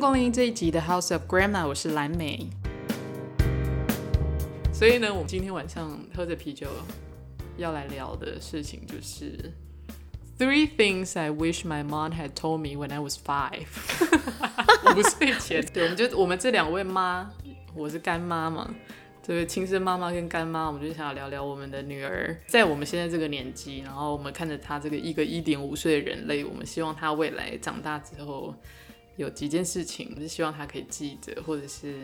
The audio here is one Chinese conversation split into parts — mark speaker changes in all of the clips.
Speaker 1: 光临这一集的 House of Grandma，我是蓝莓。所以呢，我们今天晚上喝着啤酒要来聊的事情就是 Three things I wish my mom had told me when I was five 五岁前，对，我们就我们这两位妈，我是干妈嘛，这位亲生妈妈跟干妈，我们就想要聊聊我们的女儿，在我们现在这个年纪，然后我们看着她这个一个一点五岁的人类，我们希望她未来长大之后有几件事情，我们是希望她可以记着，或者是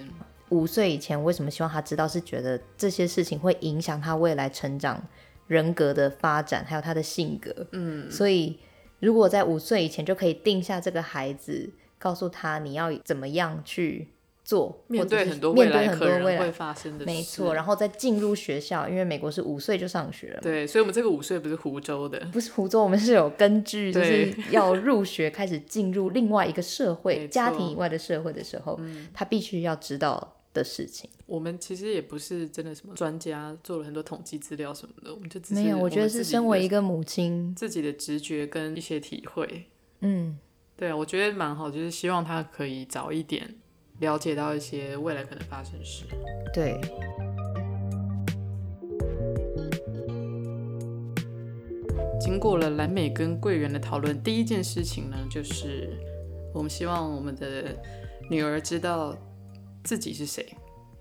Speaker 2: 五岁以前为什么希望他知道？是觉得这些事情会影响他未来成长、人格的发展，还有他的性格。嗯，所以如果在五岁以前就可以定下这个孩子，告诉他你要怎么样去做，
Speaker 1: 面
Speaker 2: 或者
Speaker 1: 对
Speaker 2: 是
Speaker 1: 很多未
Speaker 2: 面对
Speaker 1: 来
Speaker 2: 很
Speaker 1: 可
Speaker 2: 多
Speaker 1: 能
Speaker 2: 未
Speaker 1: 会
Speaker 2: 来，
Speaker 1: 发生的事，
Speaker 2: 没错。然后再进入学校，因为美国是五岁就上学了嘛。
Speaker 1: 对，所以我们这个五岁不是湖州的，
Speaker 2: 不是胡诌，我们是有根据，
Speaker 1: 嗯
Speaker 2: 就
Speaker 1: 对
Speaker 2: 是要入学开始进入另外一个社
Speaker 1: 没
Speaker 2: 会、
Speaker 1: 错嗯
Speaker 2: 家庭以外的社会的时候，他必须要知道的事情。
Speaker 1: 我们其实也不是真的什么专家，做了很多统计资料什么的，我们就只是
Speaker 2: 没有，我
Speaker 1: 我
Speaker 2: 觉得
Speaker 1: 们自
Speaker 2: 是
Speaker 1: 己
Speaker 2: 身为
Speaker 1: 的
Speaker 2: 一个母亲，
Speaker 1: 自己的直觉跟一些体会。
Speaker 2: 嗯，
Speaker 1: 对啊，我觉得蛮好，就是希望他可以早一点了解到一些未来可能发生的事。
Speaker 2: 对。
Speaker 1: 经过了蓝美跟桂圆的讨论，第一件事情呢，就是我们希望我们的女儿知道自己是谁，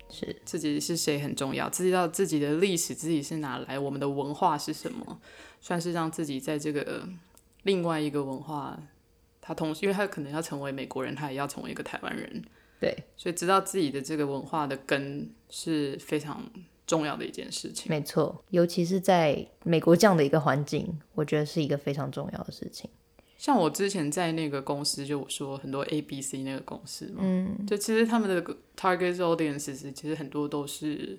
Speaker 2: 是
Speaker 1: 自己是谁很重要，知道自己的历史，自己是哪来，我们的文化是什么，算是让自己在这个另外一个文化，他同时，因为他可能要成为美国人，他也要成为一个台湾人，
Speaker 2: 对，
Speaker 1: 所以知道自己的这个文化的根是非常重要的一件事情。
Speaker 2: 没错，尤其是在美国这样的一个环境，我觉得是一个非常重要的事情。
Speaker 1: 像我之前在那个公司，就我说很多 A、B、C 那个公司嘛，嗯，就其实他们的 target audience 其实很多都是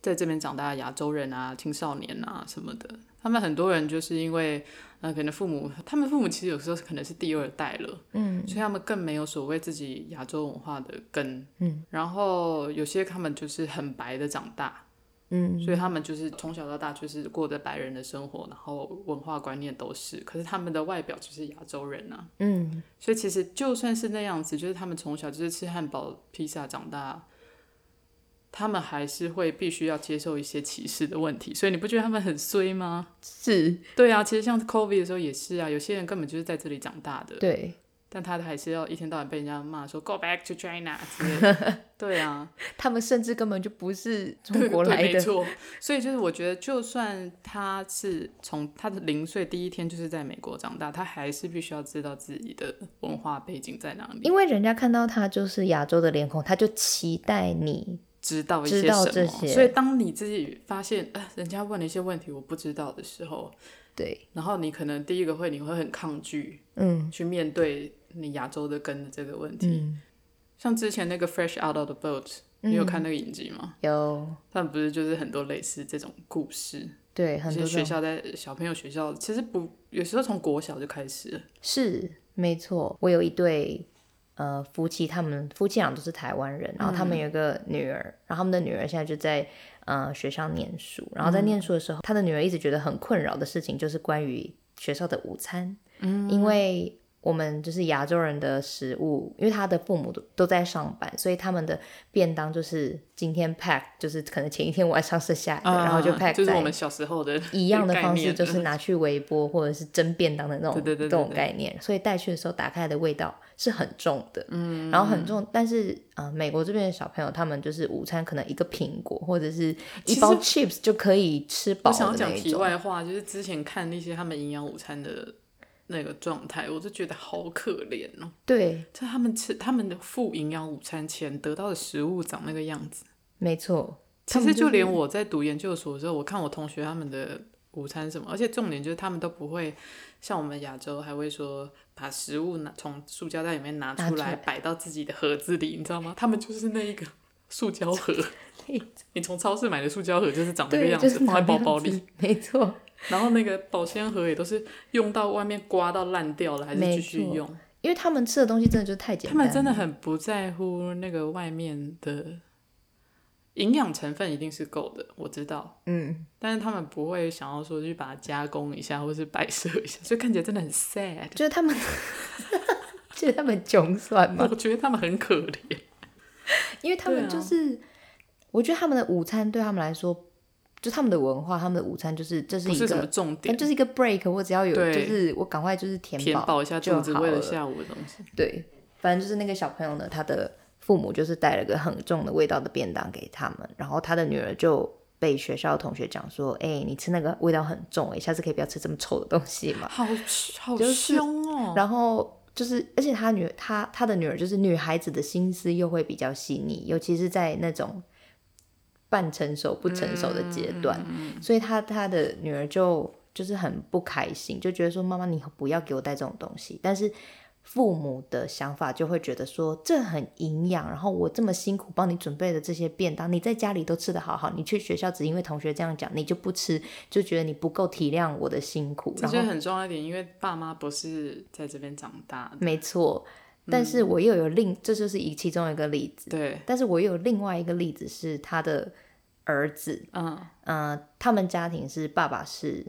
Speaker 1: 在这边长大的亚洲人啊、青少年啊什么的。他们很多人就是因为，呃，可能父母，他们父母其实有时候可能是第二代了，嗯，所以他们更没有所谓自己亚洲文化的根，嗯，然后有些他们就是很白的长大，
Speaker 2: 嗯，
Speaker 1: 所以他们就是从小到大就是过着白人的生活，然后文化观念都是，可是他们的外表就是亚洲人啊，
Speaker 2: 嗯，
Speaker 1: 所以其实就算是那样子，就是他们从小就是吃汉堡、披萨长大，他们还是会必须要接受一些歧视的问题，所以你不觉得他们很衰吗？
Speaker 2: 是
Speaker 1: 对啊，其实像 COVID 的时候也是啊，有些人根本就是在这里长大的，
Speaker 2: 对，
Speaker 1: 但他还是要一天到晚被人家骂说 “Go back to China” 之类 的，对啊，
Speaker 2: 他们甚至根本就 不是
Speaker 1: 对
Speaker 2: 中国来
Speaker 1: 对没
Speaker 2: 的，
Speaker 1: 错。所以就是我觉得，就算他是从他的零岁第一天就是在美国长大，他还是必须要知道自己的文化背景在哪里，
Speaker 2: 因为人家看到他就是亚洲的脸孔，他就期待你。
Speaker 1: 知道一
Speaker 2: 知
Speaker 1: 些
Speaker 2: 道
Speaker 1: 什
Speaker 2: 这
Speaker 1: 么。
Speaker 2: 些
Speaker 1: 所以当你自己发现，呃，人家问了一些问题我不知道的时候，
Speaker 2: 对，
Speaker 1: 然后你可能第一个会你会很抗拒
Speaker 2: 嗯
Speaker 1: 去面对你亚洲的根的这个问题。
Speaker 2: 嗯，
Speaker 1: 像之前那个《Fresh Out of the Boat》，你有看那个影集吗？
Speaker 2: 有
Speaker 1: 他们不是就是很多类似这种故事，
Speaker 2: 对很
Speaker 1: 有
Speaker 2: 多
Speaker 1: 些学
Speaker 2: 种
Speaker 1: 校在小朋友学校，其实不有时候从国小就开始了，
Speaker 2: 是没错，我有一对。呃，夫妻他们夫妻俩都是台湾人，然后
Speaker 1: 嗯
Speaker 2: 他们有一个女儿，然后他们的女儿现在就在呃学校念书，
Speaker 1: 嗯
Speaker 2: 然后在念书的时候，他的女儿一直觉得很困扰的事情就是关于学校的午餐，嗯，因为我们就是亚洲人的食物，因为他的父母都都在上班，所以他们的便当就是今天 pack，就是可能前一天晚上剩下来的，然后就
Speaker 1: 啊
Speaker 2: pack
Speaker 1: 就是
Speaker 2: 在
Speaker 1: 我们小时候的
Speaker 2: 一样的
Speaker 1: 概
Speaker 2: 方式，
Speaker 1: 念
Speaker 2: 就是拿去微波或者是蒸便当的那种
Speaker 1: 对对对对
Speaker 2: 这种
Speaker 1: 对
Speaker 2: 概念，所以带去的时候打开来的味道是很重的，嗯，然后很重，但是呃，美国这边的小朋友他们就是午餐可能一个苹果或者是
Speaker 1: 其
Speaker 2: 一
Speaker 1: 实
Speaker 2: 包 chips 就可以吃饱
Speaker 1: 我想要
Speaker 2: 的那
Speaker 1: 讲
Speaker 2: 一
Speaker 1: 题
Speaker 2: 种，
Speaker 1: 外话，就是之前看那些他们营养午餐的那个状态，我就觉得好可怜哦。
Speaker 2: 对，
Speaker 1: 就他们吃他们的付营养午餐前得到的食物长那个样子，
Speaker 2: 没错，
Speaker 1: 其
Speaker 2: 他
Speaker 1: 实
Speaker 2: 们
Speaker 1: 就是连我在读研究所的时候，我看我同学他们的午餐什么，而且重点就是他们都不会像我们亚洲还会说把食物拿从塑胶袋里面拿
Speaker 2: 拿
Speaker 1: 出
Speaker 2: 出
Speaker 1: 来
Speaker 2: 来
Speaker 1: 摆到自己的盒子里，你知道吗？他们就是那一个 塑胶 盒，你从超市买的塑胶盒就是 长那个
Speaker 2: 对，
Speaker 1: 样
Speaker 2: 就
Speaker 1: 子，
Speaker 2: 是
Speaker 1: 放
Speaker 2: 拿
Speaker 1: 在包包
Speaker 2: 那
Speaker 1: 里，
Speaker 2: 样子，没错，
Speaker 1: 然后那个保鲜盒也都是用到外面刮到烂掉了，还是
Speaker 2: 没
Speaker 1: 继续
Speaker 2: 错
Speaker 1: 用。
Speaker 2: 因为他们吃的东西真的就是太简
Speaker 1: 他
Speaker 2: 单了，
Speaker 1: 们真的很不在乎那个外面的营养成分一定是够的，我知道。
Speaker 2: 嗯，
Speaker 1: 但是他们不会想要说去把它加工一下，或是摆设一下，所以看起来真的很 sad。
Speaker 2: 就是他们觉得他们穷酸吗？
Speaker 1: 我觉得他们很可怜。
Speaker 2: 因为他
Speaker 1: 啊
Speaker 2: 们就是，我觉得他们的午餐对他们来说，就他们的文化，他们的午餐就是这是
Speaker 1: 不
Speaker 2: 一
Speaker 1: 是什
Speaker 2: 个
Speaker 1: 么重
Speaker 2: 但
Speaker 1: 点，
Speaker 2: 就是一个 break，我只要有
Speaker 1: 对
Speaker 2: 就是我赶快就是填
Speaker 1: 填饱一下肚
Speaker 2: 就
Speaker 1: 子，
Speaker 2: 好
Speaker 1: 为了
Speaker 2: 了
Speaker 1: 下午的东西。
Speaker 2: 对，反正就是那个小朋友呢，他的父母就是带了个很重的味道的便当给他们，然后他的女儿就被学校的同学讲说，哎、你吃那个味道很重、哎，下次可以不要吃这么臭的东西嘛。
Speaker 1: 好好
Speaker 2: 就是
Speaker 1: 凶哦！
Speaker 2: 然后就是，而且他女他他的女儿就是女孩子的心思又会比较细腻，尤其是在那种半成熟不成熟的阶段，
Speaker 1: 嗯
Speaker 2: 所以他他的女儿就就是很不开心，就觉得说妈妈你不要给我带这种东西，但是。父母的想法就会觉得说这很营养，然后我这么辛苦帮你准备的这些便当，你在家里都吃的好好，你去学校只因为同学这样讲，你就不吃，就觉得你不够体谅我的辛苦。
Speaker 1: 这
Speaker 2: 然后。
Speaker 1: 就很重要一点，因为爸妈不是在这边长大的，
Speaker 2: 没错，但是我又有另，这就是一其中一个例子。
Speaker 1: 对，
Speaker 2: 但是我又有另外一个例子是他的儿子，
Speaker 1: 嗯，
Speaker 2: 呃，他们家庭是爸爸是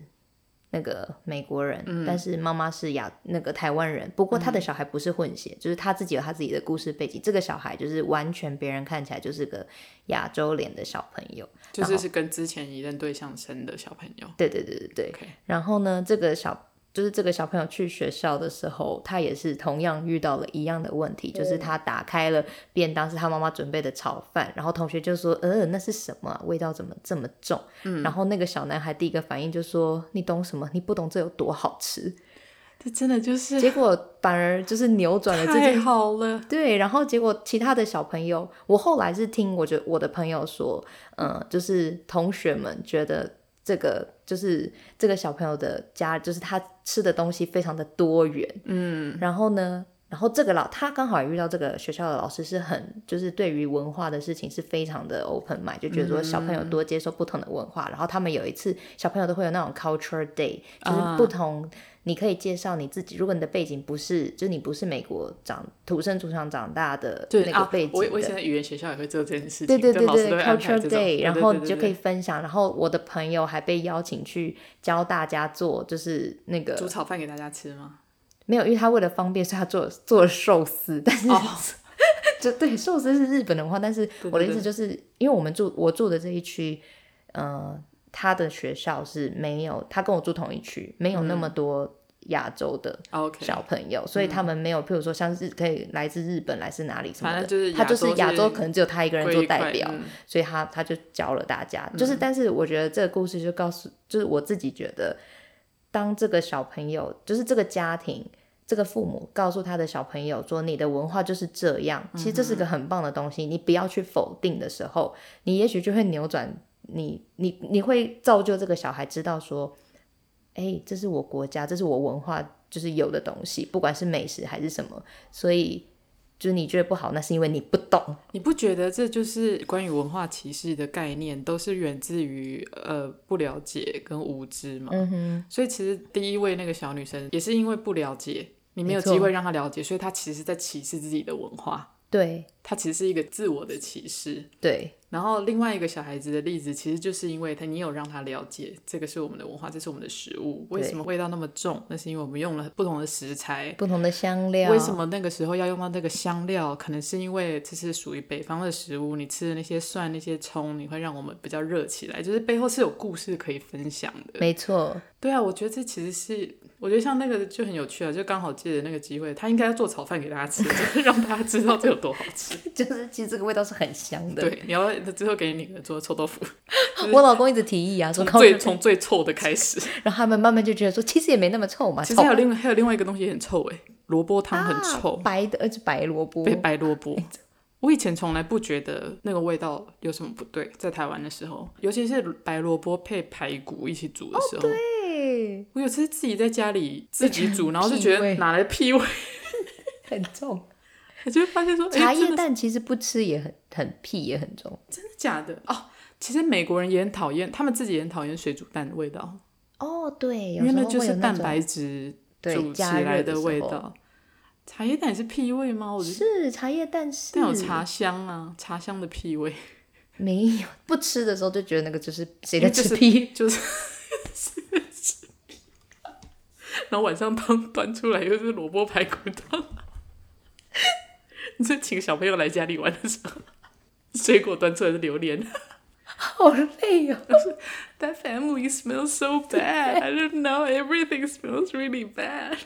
Speaker 2: 那个美国人，但是妈妈是亚那个台湾人。不过他的小孩不是混血，就是他自己有他自己的故事背景。这个小孩就是完全别人看起来就是个亚洲脸的小朋友。
Speaker 1: 就是是跟之前一任对象生的小朋友。
Speaker 2: 对对对对对。
Speaker 1: OK
Speaker 2: 然后呢，这个小就是这个小朋友去学校的时候，他也是同样遇到了一样的问题，就是他打开了便当是他妈妈准备的炒饭，然后同学就说：“呃，那是什么啊、味道怎么这么重？”然后那个小男孩第一个反应就说：“你懂什么？你不懂这有多好吃。
Speaker 1: 这真的就”是
Speaker 2: 结果反而就是扭转了这件
Speaker 1: 太好了，
Speaker 2: 对，然后结果其他的小朋友，我后来是听我觉我的朋友说，嗯、就是同学们觉得这个就是这个小朋友的家，就是他吃的东西非常的多元，嗯，然后呢，然后这个老他刚好也遇到这个学校的老师是很就是对于文化的事情是非常的 open mind，就觉得说小朋友多接受不同的文化，然后他们有一次小朋友都会有那种 culture day，就是不同、你可以介绍你自己，如果你的背景不是，就是你不是美国长土生土长长大的
Speaker 1: 对
Speaker 2: 那个
Speaker 1: 啊
Speaker 2: 背，景
Speaker 1: 我
Speaker 2: 的，
Speaker 1: 我以前在语言学校也会做这件事情，
Speaker 2: 对对
Speaker 1: 就
Speaker 2: 对
Speaker 1: 老师
Speaker 2: 对
Speaker 1: 都会安排
Speaker 2: ，Culture
Speaker 1: 这种
Speaker 2: Day，然后
Speaker 1: 对对
Speaker 2: 你就
Speaker 1: 对
Speaker 2: 可以分享。然后我的朋友还被邀请去教大家做，就是那
Speaker 1: 对煮
Speaker 2: 个
Speaker 1: 炒饭给大家吃 吗？
Speaker 2: 没有，因为他为了方便，所以他做做了寿司， 但是、
Speaker 1: 哦
Speaker 2: 就对寿司是日本文化，但是
Speaker 1: 对
Speaker 2: 我的意
Speaker 1: 对
Speaker 2: 思就是，因为我们住我住的这一区，呃，他的学校是没有，他跟我住同一区，没有那
Speaker 1: 嗯
Speaker 2: 么多亚洲的
Speaker 1: 哦，OK，
Speaker 2: 小朋友，所以他们没有，譬如说像是可以来自日本、来自哪里什么
Speaker 1: 反
Speaker 2: 的，
Speaker 1: 正就是
Speaker 2: 他就是
Speaker 1: 亚
Speaker 2: 亚
Speaker 1: 洲
Speaker 2: 洲，
Speaker 1: 是
Speaker 2: 可能只有他一个人
Speaker 1: 归
Speaker 2: 做
Speaker 1: 一
Speaker 2: 代
Speaker 1: 块
Speaker 2: 表，
Speaker 1: 嗯
Speaker 2: 所以他他就教了大家，就是但是我觉得这个故事就告诉，就是我自己觉得，当这个小朋友，就是这个家庭。这个父母告诉他的小朋友说：“你的文化就是这样，其实这是个很棒的东西，你不要去否定的时候，你也许就会扭转你，你你会造就这个小孩知道说，哎、这是我国家，这是我文化，就是有的东西，不管是美食还是什么，所以就是你觉得不好，那是因为你不懂。
Speaker 1: 你不觉得这就是关于文化歧视的概念，都是源自于呃不了解跟无知嘛？
Speaker 2: 嗯哼，
Speaker 1: 所以其实第一位那个小女生也是因为不了解，你没有
Speaker 2: 没错
Speaker 1: 机会让她了解，所以她其实在歧视自己的文化，
Speaker 2: 对
Speaker 1: 她其实是一个自我的歧视。
Speaker 2: 对
Speaker 1: 然后另外一个小孩子的例子，其实就是因为他你有让他了解这个是我们的文化，这是我们的食物，
Speaker 2: 对
Speaker 1: 为什么味道那么重？那是因为我们用了不同的食材，
Speaker 2: 不同的香料，
Speaker 1: 为什？么那个时候要用到那个香料？可能是因为这是属于北方的食物，你吃的那些蒜、那些葱，你会让我们比较热起来，就是背后是有故事可以分享的。
Speaker 2: 没错，
Speaker 1: 对啊，我觉得这其实是，我觉得像那个就很有趣啊，就刚好借着那个机会，他应该要做炒饭给大家吃，就是让大家知道这有多好吃。
Speaker 2: 就是其实这个味道是很香 的。
Speaker 1: 对，你要之后给你个做臭豆 腐，
Speaker 2: 我老公一直提议啊，说
Speaker 1: 从
Speaker 2: 高
Speaker 1: 最
Speaker 2: 中，
Speaker 1: 从最臭的开始。
Speaker 2: 然后他们慢慢就觉得说，其实也没那么臭 嘛，
Speaker 1: 其实
Speaker 2: 臭
Speaker 1: 还有另外还有另外一个东西也很臭哎、萝卜汤很
Speaker 2: 啊哦哎
Speaker 1: 臭。
Speaker 2: 白的，而且白萝卜
Speaker 1: 被白萝卜。我以前从来不觉得那个味道有什么不对，在台湾的时候，尤其是白萝卜配排骨一起煮的时候，
Speaker 2: 哦对，
Speaker 1: 我有次自己在家里自己煮，然后就
Speaker 2: 屁
Speaker 1: 觉得
Speaker 2: 味
Speaker 1: 哪来的屁味，
Speaker 2: 很重。
Speaker 1: 我就发现说，哎、
Speaker 2: 茶
Speaker 1: 真
Speaker 2: 叶
Speaker 1: 的
Speaker 2: 蛋其实不吃也很很屁也很重。
Speaker 1: 真的假的哦。其实美国人也很讨厌，他们自己也很讨厌水煮蛋的味道，
Speaker 2: 哦，对，
Speaker 1: 因
Speaker 2: 有
Speaker 1: 为
Speaker 2: 时
Speaker 1: 那
Speaker 2: 候
Speaker 1: 就
Speaker 2: 会
Speaker 1: 是
Speaker 2: 有那
Speaker 1: 蛋
Speaker 2: 种
Speaker 1: 白质煮
Speaker 2: 对
Speaker 1: 起
Speaker 2: 加热
Speaker 1: 来
Speaker 2: 的时
Speaker 1: 味
Speaker 2: 候
Speaker 1: 道。茶叶蛋也是屁味吗？我觉得
Speaker 2: 是茶叶蛋是，
Speaker 1: 但有茶香啊，茶香的屁味。
Speaker 2: 没有不吃的时候就觉得那个就是谁在
Speaker 1: 因为就
Speaker 2: 吃
Speaker 1: 是
Speaker 2: 屁，
Speaker 1: 就是，然后晚上汤端出来又是萝卜排骨汤， 你是请小朋友来家里玩的时候，水果端出来是榴莲。
Speaker 2: 好累哦。
Speaker 1: That family smells so bad. I don't know. Everything smells really bad.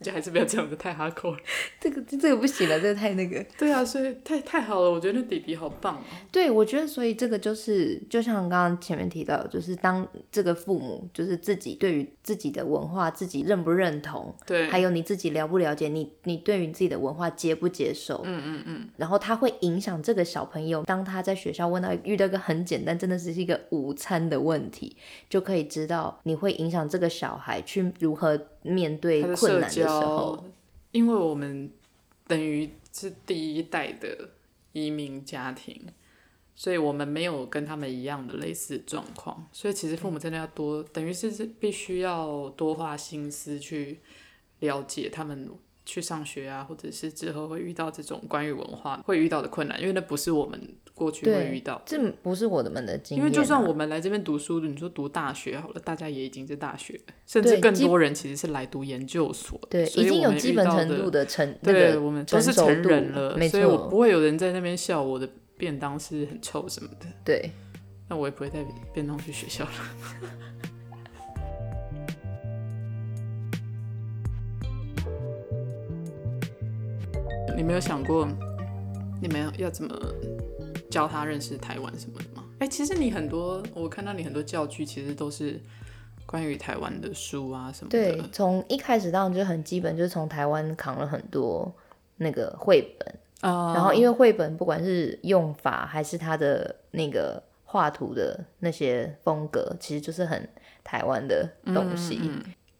Speaker 1: 我觉得还是不要这样子，太哈口了。
Speaker 2: 这个这个不行了，这个太那个。
Speaker 1: 对啊，所以太太好了，我觉得那弟弟好棒哦。
Speaker 2: 对，我觉得所以这个就是，就像刚刚前面提到的，就是当这个父母就是自己对于自己的文化自己认不认同，
Speaker 1: 对
Speaker 2: 还有你自己了不了解你，你对于你自己的文化接不接受，嗯嗯嗯，然后他会影响这个小朋友，当他在学校问到遇到一个很简单，真的是一个午餐的问题，就可以知道你会影响这个小孩去如何面对
Speaker 1: 他的
Speaker 2: 困
Speaker 1: 社
Speaker 2: 难的时候
Speaker 1: 交，，因为我们等于是第一代的移民家庭，所以我们没有跟他们一样的类似状况，所以其实父母真的要多，等于是是必须要多花心思去了解他们。去上学啊，或者是之后会遇到这种关于文化会遇到的困难，因为那不是我们过去会
Speaker 2: 对
Speaker 1: 遇到的。
Speaker 2: 这不是我们的经
Speaker 1: 因
Speaker 2: 验啊、
Speaker 1: 为就算我们来这边读书，你说读大学好了，大家也已经是大学了，甚至
Speaker 2: 对
Speaker 1: 更
Speaker 2: 基
Speaker 1: 多人其实是来读研究所的，
Speaker 2: 对，
Speaker 1: 所以
Speaker 2: 已经
Speaker 1: 我
Speaker 2: 有
Speaker 1: 们
Speaker 2: 基
Speaker 1: 遇
Speaker 2: 本
Speaker 1: 到
Speaker 2: 程
Speaker 1: 的
Speaker 2: 度的成那
Speaker 1: 对，
Speaker 2: 个
Speaker 1: 我们都是
Speaker 2: 成熟
Speaker 1: 成人
Speaker 2: 度
Speaker 1: 了，
Speaker 2: 没
Speaker 1: 所以我
Speaker 2: 错
Speaker 1: 不会有人在那边笑我的便当是很臭什么的，
Speaker 2: 对。
Speaker 1: 那我也不会带便当去学校了。 你没有想过，你们要怎么教他认识台湾什么的吗？哎、其实你很多，我看到你很多教具其实都是关于台湾的书啊什么的。
Speaker 2: 对，从一开始当然就很基本，就是从台湾扛了很多那个绘本，
Speaker 1: 啊、
Speaker 2: 然后因为绘本不管是用法还是它的那个画图的那些风格，其实就是很台湾的
Speaker 1: 嗯
Speaker 2: 东西。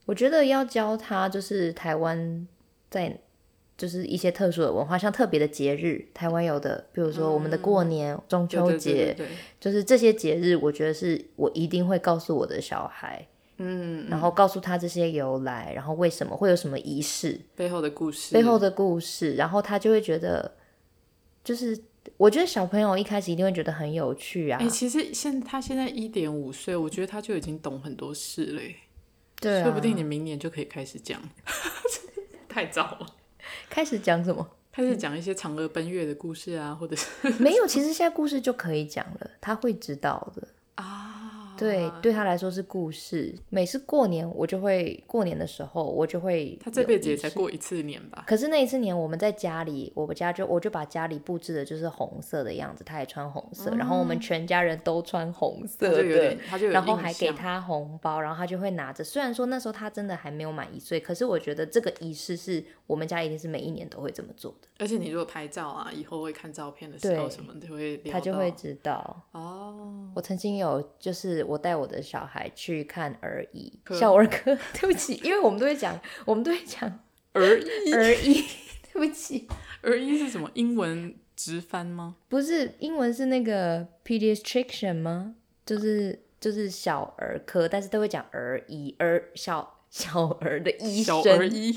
Speaker 2: 我觉得要教他就是台湾在就是一些特殊的文化，像特别的节日，台湾有的，比如说我们的过年、中
Speaker 1: 嗯对
Speaker 2: 秋
Speaker 1: 对对
Speaker 2: 节，
Speaker 1: 对对
Speaker 2: 就是这些节日，我觉得是我一定会告诉我的小孩，嗯，然后告诉他这些由来，然后为什么会有什么仪式，
Speaker 1: 背后的故事，
Speaker 2: 背后的故事，然后他就会觉得，就是我觉得小朋友一开始一定会觉得很有趣啊
Speaker 1: 哎、，其实现他现在一点五岁，我觉得他就已经懂很多事了耶，
Speaker 2: 对 啊，
Speaker 1: 说不定你明年就可以开始讲， 太早了。
Speaker 2: 开始讲什么
Speaker 1: 开始讲一些嫦娥奔月的故事啊，或者是
Speaker 2: 没有，其实现在故事就可以讲了，他会知道的。
Speaker 1: 啊，
Speaker 2: 对，对他来说是故事。每次过年，我就会过年的时候，我就会
Speaker 1: 他这
Speaker 2: 有
Speaker 1: 辈子也
Speaker 2: 仪
Speaker 1: 才过一次年吧？
Speaker 2: 可是那一次年，我们在家里，我们家就我就把家里布置的就是红色的样子，他也穿红色，然后我们全家人都穿红
Speaker 1: 他
Speaker 2: 色
Speaker 1: 就有
Speaker 2: 的
Speaker 1: 点，，他就有
Speaker 2: 然后
Speaker 1: 印
Speaker 2: 还给
Speaker 1: 象
Speaker 2: 他红包，然后他就会拿着。虽然说那时候他真的还没有满一岁，可是我觉得这个仪式是我们家一定是每一年都会这么做的，
Speaker 1: 而且你如果拍照啊，以后会看照片的时候
Speaker 2: 对
Speaker 1: 什么的，会聊
Speaker 2: 他就
Speaker 1: 到
Speaker 2: 会知道。
Speaker 1: 哦，
Speaker 2: 我曾经有，就是我带我的小孩去看而已
Speaker 1: 可
Speaker 2: 小儿科， 对不起，因为我们都会讲，我们都会讲
Speaker 1: 而一
Speaker 2: 而已， 对不起。
Speaker 1: 而一是什么？英文直翻吗？
Speaker 2: 不是英文是那个 pediatrician 吗？就是就是小儿科，但是都会讲儿医儿小小儿的医
Speaker 1: 小
Speaker 2: 生，
Speaker 1: 而一，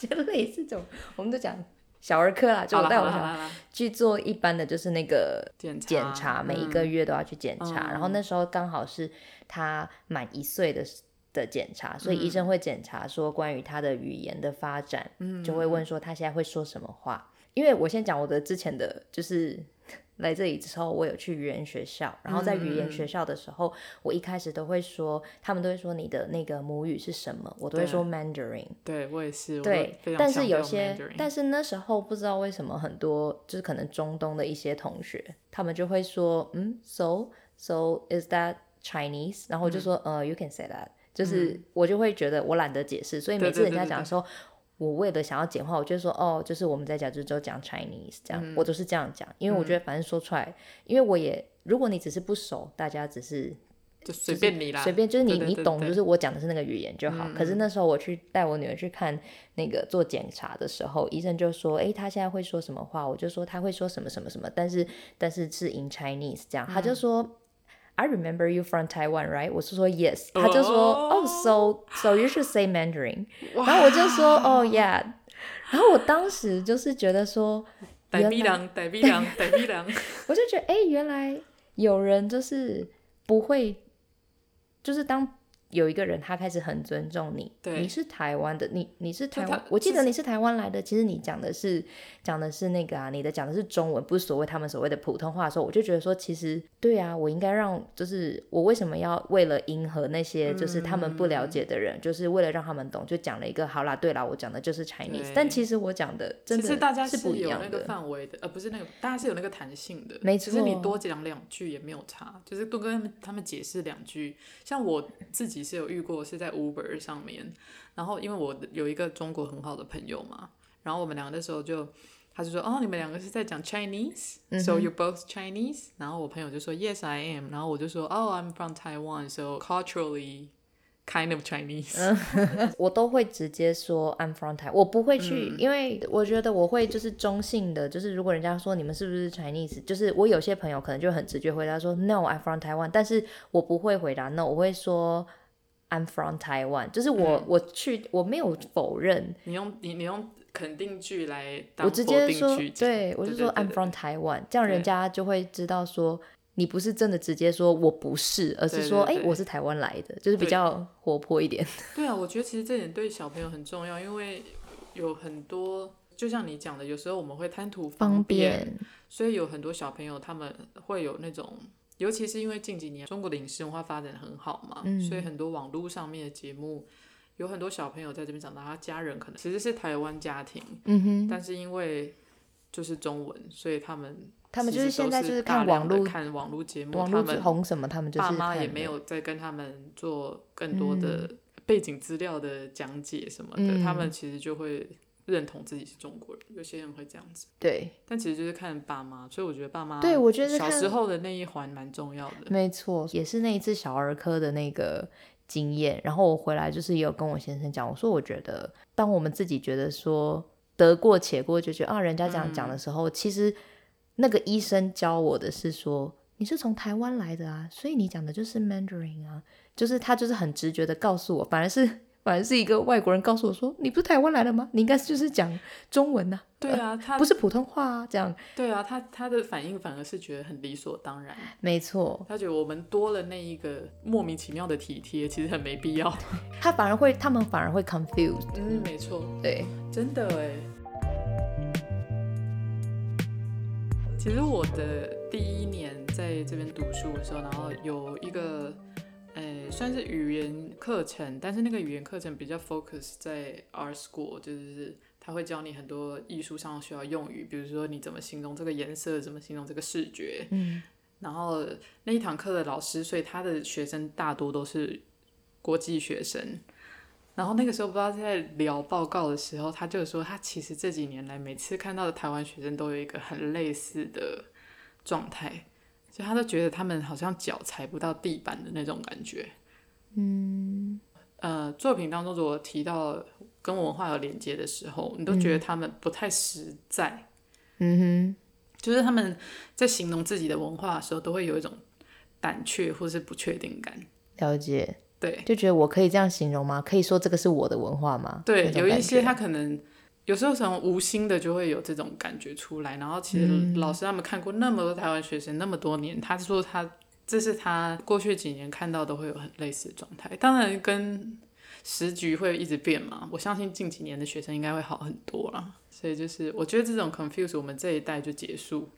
Speaker 2: 就类似这种，我们都讲小儿科啦，就
Speaker 1: 好
Speaker 2: 我
Speaker 1: 了
Speaker 2: 带
Speaker 1: 好
Speaker 2: 我
Speaker 1: 了
Speaker 2: 小
Speaker 1: 好
Speaker 2: 孩
Speaker 1: 了好了，
Speaker 2: 去做一般的，就是那个
Speaker 1: 检查
Speaker 2: 检查，每一个月都要去检查。
Speaker 1: 嗯
Speaker 2: 然后那时候刚好是他满一岁的时的检查，
Speaker 1: 嗯
Speaker 2: 所以医生会检查说关于他的语言的发展，
Speaker 1: 嗯
Speaker 2: 就会问说他现在会说什么话。因为我先讲我的之前的，就是 来这里之后，我有去语言学校，然后在语
Speaker 1: 嗯
Speaker 2: 言学校的时候，我一开始都会说，他们都会说你的那个母语是什么，我都会
Speaker 1: 对
Speaker 2: 说 Mandarin。
Speaker 1: 对我也是，我
Speaker 2: 对
Speaker 1: 非，常
Speaker 2: 但是
Speaker 1: 强
Speaker 2: 有
Speaker 1: 调
Speaker 2: 些
Speaker 1: Mandarin，
Speaker 2: 但是那时候不知道为什么很多就是可能中东的一些同学，他们就会说，嗯，so so is that Chinese？然后我
Speaker 1: 嗯
Speaker 2: 就说，呃、y o u can say that，就是我就会觉得我懒得解释，所以
Speaker 1: 对
Speaker 2: 每次
Speaker 1: 对
Speaker 2: 人
Speaker 1: 对
Speaker 2: 家
Speaker 1: 对
Speaker 2: 讲
Speaker 1: 对
Speaker 2: 说。我为了想要简化，我就说哦，就是我们在家就是都讲 Chinese 这样，我
Speaker 1: 嗯
Speaker 2: 都是这样讲，因为我觉得反正说出来，因为我也如果你只是不熟，大家只是
Speaker 1: 就随便你啦，
Speaker 2: 随便，就是你
Speaker 1: 对对
Speaker 2: 你
Speaker 1: 对
Speaker 2: 懂，
Speaker 1: 对嗯
Speaker 2: 就是我讲的是那个语言就好。可是那时候我去带我女儿去看那个做检查的时候，医生就说：“诶，她现在会说什么话？”我就说她会说什么什么什么，但是但是是 in Chinese 这样，他
Speaker 1: 嗯
Speaker 2: 就说。I remember you from Taiwan, right？我是说 yes，他就说
Speaker 1: 哦
Speaker 2: oh so so you should say Mandarin，
Speaker 1: 哇
Speaker 2: 然后我就说 oh yeah，然后我当时就是觉得说，
Speaker 1: 逮逼狼，逮逼狼，逮逼狼。
Speaker 2: 我就觉得，哎、原来有人就是不会，就是当有一个人他开始很尊重你，
Speaker 1: 对
Speaker 2: 你是台湾的，你你是台
Speaker 1: 就
Speaker 2: 湾
Speaker 1: 他，
Speaker 2: 我记
Speaker 1: 就
Speaker 2: 得你是台湾来的，其实你讲的是讲的是那个啊，你的讲的是中文，不是所谓他们所谓的普通话的时候，我就觉得说，其实对啊，我应该让，就是我为什么要为了迎合那些就是他们不
Speaker 1: 嗯
Speaker 2: 了解的人，就是为了让他们懂，就讲了一个好啦，对啦，我讲的就是 Chinese，
Speaker 1: 对
Speaker 2: 但其实我讲的真
Speaker 1: 其
Speaker 2: 的
Speaker 1: 实大家
Speaker 2: 是不一
Speaker 1: 有
Speaker 2: 样
Speaker 1: 那
Speaker 2: 的
Speaker 1: 个。范围的，呃，不是那个，大家是有那个弹性的。
Speaker 2: 没
Speaker 1: 其实你
Speaker 2: 错
Speaker 1: 多讲两句也没有差，就是多跟他们他们解释两句。像我自己是有遇过，是在 Uber 上面，然后因为我有一个中国很好的朋友嘛，然后我们两个那时候就。他就说：“哦，你们两个是在讲
Speaker 2: 嗯
Speaker 1: Chinese，so、you both Chinese。”然后我朋友就说：“Yes, I am。”然后我就说：“哦、i m from Taiwan，so culturally kind of Chinese。
Speaker 2: 嗯我都会直接说 I'm from Taiwan，我不会去，
Speaker 1: 嗯
Speaker 2: 因为我觉得我会就是中性的，就是如果人家说你们是不是 Chinese，就是我有些朋友可能就很直觉回答说 No I'm from Taiwan，但是我不会回答 No，我会说 I'm from Taiwan，就是我、
Speaker 1: 嗯
Speaker 2: 我去我没有否认，
Speaker 1: 你用你你用肯定句来当
Speaker 2: 我直
Speaker 1: 否
Speaker 2: 接
Speaker 1: 定
Speaker 2: 说
Speaker 1: 句讲
Speaker 2: 对，我就说
Speaker 1: 对对
Speaker 2: I'm from Taiwan，这样人
Speaker 1: 对
Speaker 2: 家就会知道说。你不是真的直接说我不是，而是
Speaker 1: 对
Speaker 2: 说
Speaker 1: 对
Speaker 2: 哎、
Speaker 1: 对
Speaker 2: 我是台湾来的，就是比
Speaker 1: 对
Speaker 2: 较活泼一点。
Speaker 1: 对啊，我觉得其实这点对小朋友很重要，因为有很多，就像你讲的，有时候我们会贪图便，
Speaker 2: 便
Speaker 1: 所以有很多小朋友他们会有那种，尤其是因为近几年中国的影视文化发展很好嘛，所以
Speaker 2: 嗯
Speaker 1: 很多网络上面的节目。有很多小朋友在这边长大，他家人可能其实是台湾家庭，嗯哼，但是因为就是中文，所以他们
Speaker 2: 他们
Speaker 1: 其
Speaker 2: 就是
Speaker 1: 实都
Speaker 2: 现在就是是
Speaker 1: 大
Speaker 2: 看
Speaker 1: 量
Speaker 2: 网
Speaker 1: 地
Speaker 2: 络
Speaker 1: 看网络节目，
Speaker 2: 网
Speaker 1: 他
Speaker 2: 络
Speaker 1: 们
Speaker 2: 红什么，他们就是
Speaker 1: 爸妈也
Speaker 2: 看
Speaker 1: 没
Speaker 2: 了
Speaker 1: 有再跟他们做更多的背景资料的讲解什么的，
Speaker 2: 嗯
Speaker 1: 他们其实就会认同自己是中国人。有些人会这样子，
Speaker 2: 对，
Speaker 1: 但其实就是看爸妈，所以我觉得爸妈
Speaker 2: 对我觉得是
Speaker 1: 小
Speaker 2: 看
Speaker 1: 时候的那一环蛮重要的。
Speaker 2: 没错，也是那一次小儿科的那个经验。然后我回来就是也有跟我先生讲，我说我觉得当我们自己觉得说得过且过，就觉得啊人家这样
Speaker 1: 嗯
Speaker 2: 讲的时候，其实那个医生教我的是说你是从台湾来的啊，所以你讲的就是 Mandarin 啊，就是他就是很直觉的告诉我，反而是。反而是一个外国人告诉我说：“你不是台湾来的吗？你应该就是讲中文呐、
Speaker 1: 对啊，他
Speaker 2: 不是普通话啊。”这样
Speaker 1: 对啊，他他的反应反而是觉得很理所当然，
Speaker 2: 没错，
Speaker 1: 他觉得我们多了那一个莫名其妙的体贴，其实很没必要。
Speaker 2: 他反而会，他们反而会 confused。
Speaker 1: 嗯， 没错。
Speaker 2: 对，
Speaker 1: 真的哎。其实我的第一年在这边读书的时候，然后有一个，呃，算是语言课程，但是那个语言课程比较 focus 在 R school，就是他会教你很多艺术上需要用语，比如说你怎么形容这个颜色，怎么形容这个视觉。
Speaker 2: 嗯，
Speaker 1: 然后那一堂课的老师，所以他的学生大多都是国际学生。然后那个时候不知道在聊报告的时候，他就说他其实这几年来每次看到的台湾学生都有一个很类似的状态，就他都觉得他们好像脚踩不到地板的那种感觉。嗯，呃，作品当中如果提到跟文化有连接的时候，你都觉得他们不太实在。
Speaker 2: 嗯
Speaker 1: 就是他们在形容自己的文化的时候，都会有一种胆怯或是不确定感。
Speaker 2: 哼，了解，
Speaker 1: 对
Speaker 2: 就觉得我可以这样形容吗？可以说这个是我的文化吗？
Speaker 1: 对
Speaker 2: 那，种
Speaker 1: 有一
Speaker 2: 感
Speaker 1: 些
Speaker 2: 觉
Speaker 1: 他可能有时候从无心的就会有这种感觉出来。然后其
Speaker 2: 嗯
Speaker 1: 实老师他们看过那么多台湾学生那么多年，他说他这是他过去几年看到都会有很类似的状态。当然跟时局会一直变嘛，我相信近几年的学生应该会好很多啦。所以就是我觉得这种 confuse 我们这一代就结束。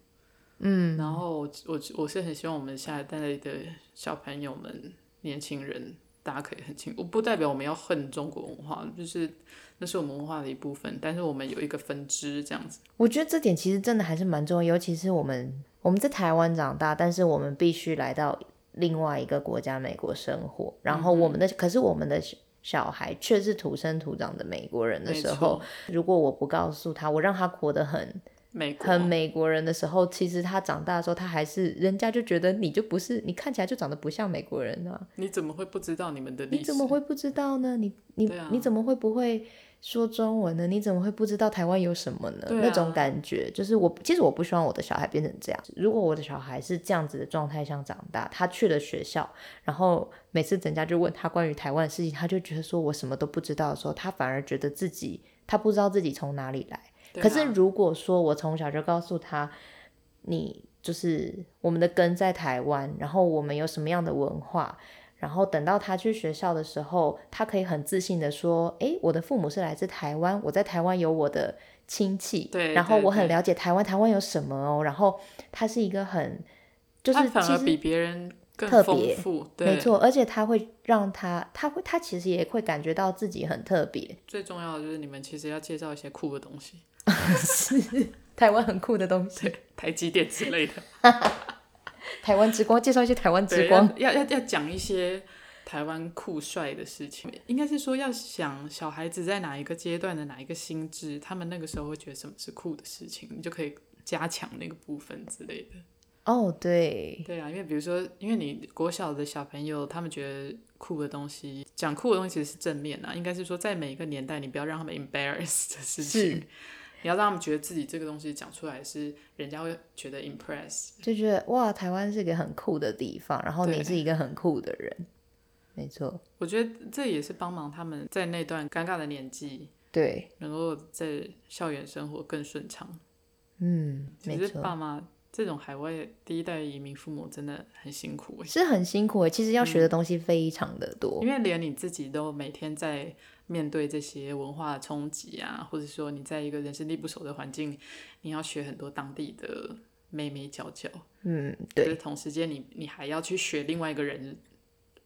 Speaker 1: 嗯，然后我我我是很希望我们下一代的小朋友们、年轻人，大家可以很清我不代表我们要恨中国文化，就是那是我们文化的一部分，但是我们有一个分支这样子。
Speaker 2: 我觉得这点其实真的还是蛮重要，尤其是我们我们在台湾长大，但是我们必须来到另外一个国家美国生活，然后
Speaker 1: 嗯
Speaker 2: 我们的、可是我们的小小孩却是土生土长的美国人的
Speaker 1: 没
Speaker 2: 时
Speaker 1: 错
Speaker 2: 候，如果我不告诉他，我让他活得很
Speaker 1: 美国
Speaker 2: 很美国人的时候，其实他长大的时候，他还是人家就觉得你就不是，你看起来就长得不像美国人啊，
Speaker 1: 你怎么会不知道你们的历
Speaker 2: 你
Speaker 1: 史？
Speaker 2: 怎么会不知道呢？你你、
Speaker 1: 对啊
Speaker 2: 你怎么会不会说中文呢？你怎么会不知道台湾有什么呢？
Speaker 1: 对啊
Speaker 2: 那种感觉就是我，其实我不希望我的小孩变成这样。如果我的小孩是这样子的状态下长大，他去了学校，然后每次人家就问他关于台湾的事情，他就觉得说我什么都不知道的时候，他反而觉得自己他不知道自己从哪里来。
Speaker 1: 对啊
Speaker 2: 可是如果说我从小就告诉他，你就是我们的根在台湾，然后我们有什么样的文化，然后等到他去学校的时候，他可以很自信的说：“诶，我的父母是来自台湾，我在台湾有我的亲戚，
Speaker 1: 对
Speaker 2: 然后
Speaker 1: 对
Speaker 2: 我很
Speaker 1: 对
Speaker 2: 了解台湾，台湾有什么哦。”然后他是一个很，就是
Speaker 1: 他反
Speaker 2: 其
Speaker 1: 而
Speaker 2: 实
Speaker 1: 比别人更
Speaker 2: 特
Speaker 1: 丰
Speaker 2: 别
Speaker 1: 富，对，
Speaker 2: 没错，而且他会让他，他会，他其实也会感觉到自己很特别，
Speaker 1: 最重要的就是你们其实要介绍一些酷的东西，
Speaker 2: 台湾很酷的东西，
Speaker 1: 台积电之 类的，
Speaker 2: 台湾之光，介绍一些台湾之
Speaker 1: 对，
Speaker 2: 光，
Speaker 1: 要要要要讲一些台湾酷帅的事情，应该是说要想小孩子在哪一个阶段的哪一个心智，他们那个时候会觉得什么是酷的事情，你就可以加强那个部分之类的。
Speaker 2: 哦，对，
Speaker 1: 对啊，因为比如说，因为你国小的小朋友，他们觉得酷的东西，讲酷的东西其实是正面啊，应该是说在每一个年代，你不要让他们 embarrass 的事情，你要让他们觉得自己这个东西讲出来是人家会觉得 impress。
Speaker 2: 就觉得哇，台湾是一个很酷的地方，然后
Speaker 1: 对
Speaker 2: 你是一个很酷的人，没错，
Speaker 1: 我觉得这也是帮忙他们在那段尴尬的年纪，
Speaker 2: 对，
Speaker 1: 能够在校园生活更顺畅。
Speaker 2: 嗯，
Speaker 1: 其
Speaker 2: 没
Speaker 1: 实
Speaker 2: 错，
Speaker 1: 爸妈这种海外第一代移民父母真的很辛苦欸，
Speaker 2: 是很辛苦的，其实要
Speaker 1: 嗯
Speaker 2: 学的东西非常的多，
Speaker 1: 因为连你自己都每天在面对这些文化的冲击啊，或者说你在一个人生地不熟的环境，你要学很多当地的眉眉角角。
Speaker 2: 嗯，
Speaker 1: 可
Speaker 2: 对
Speaker 1: 是同时间你你还要去学另外一个人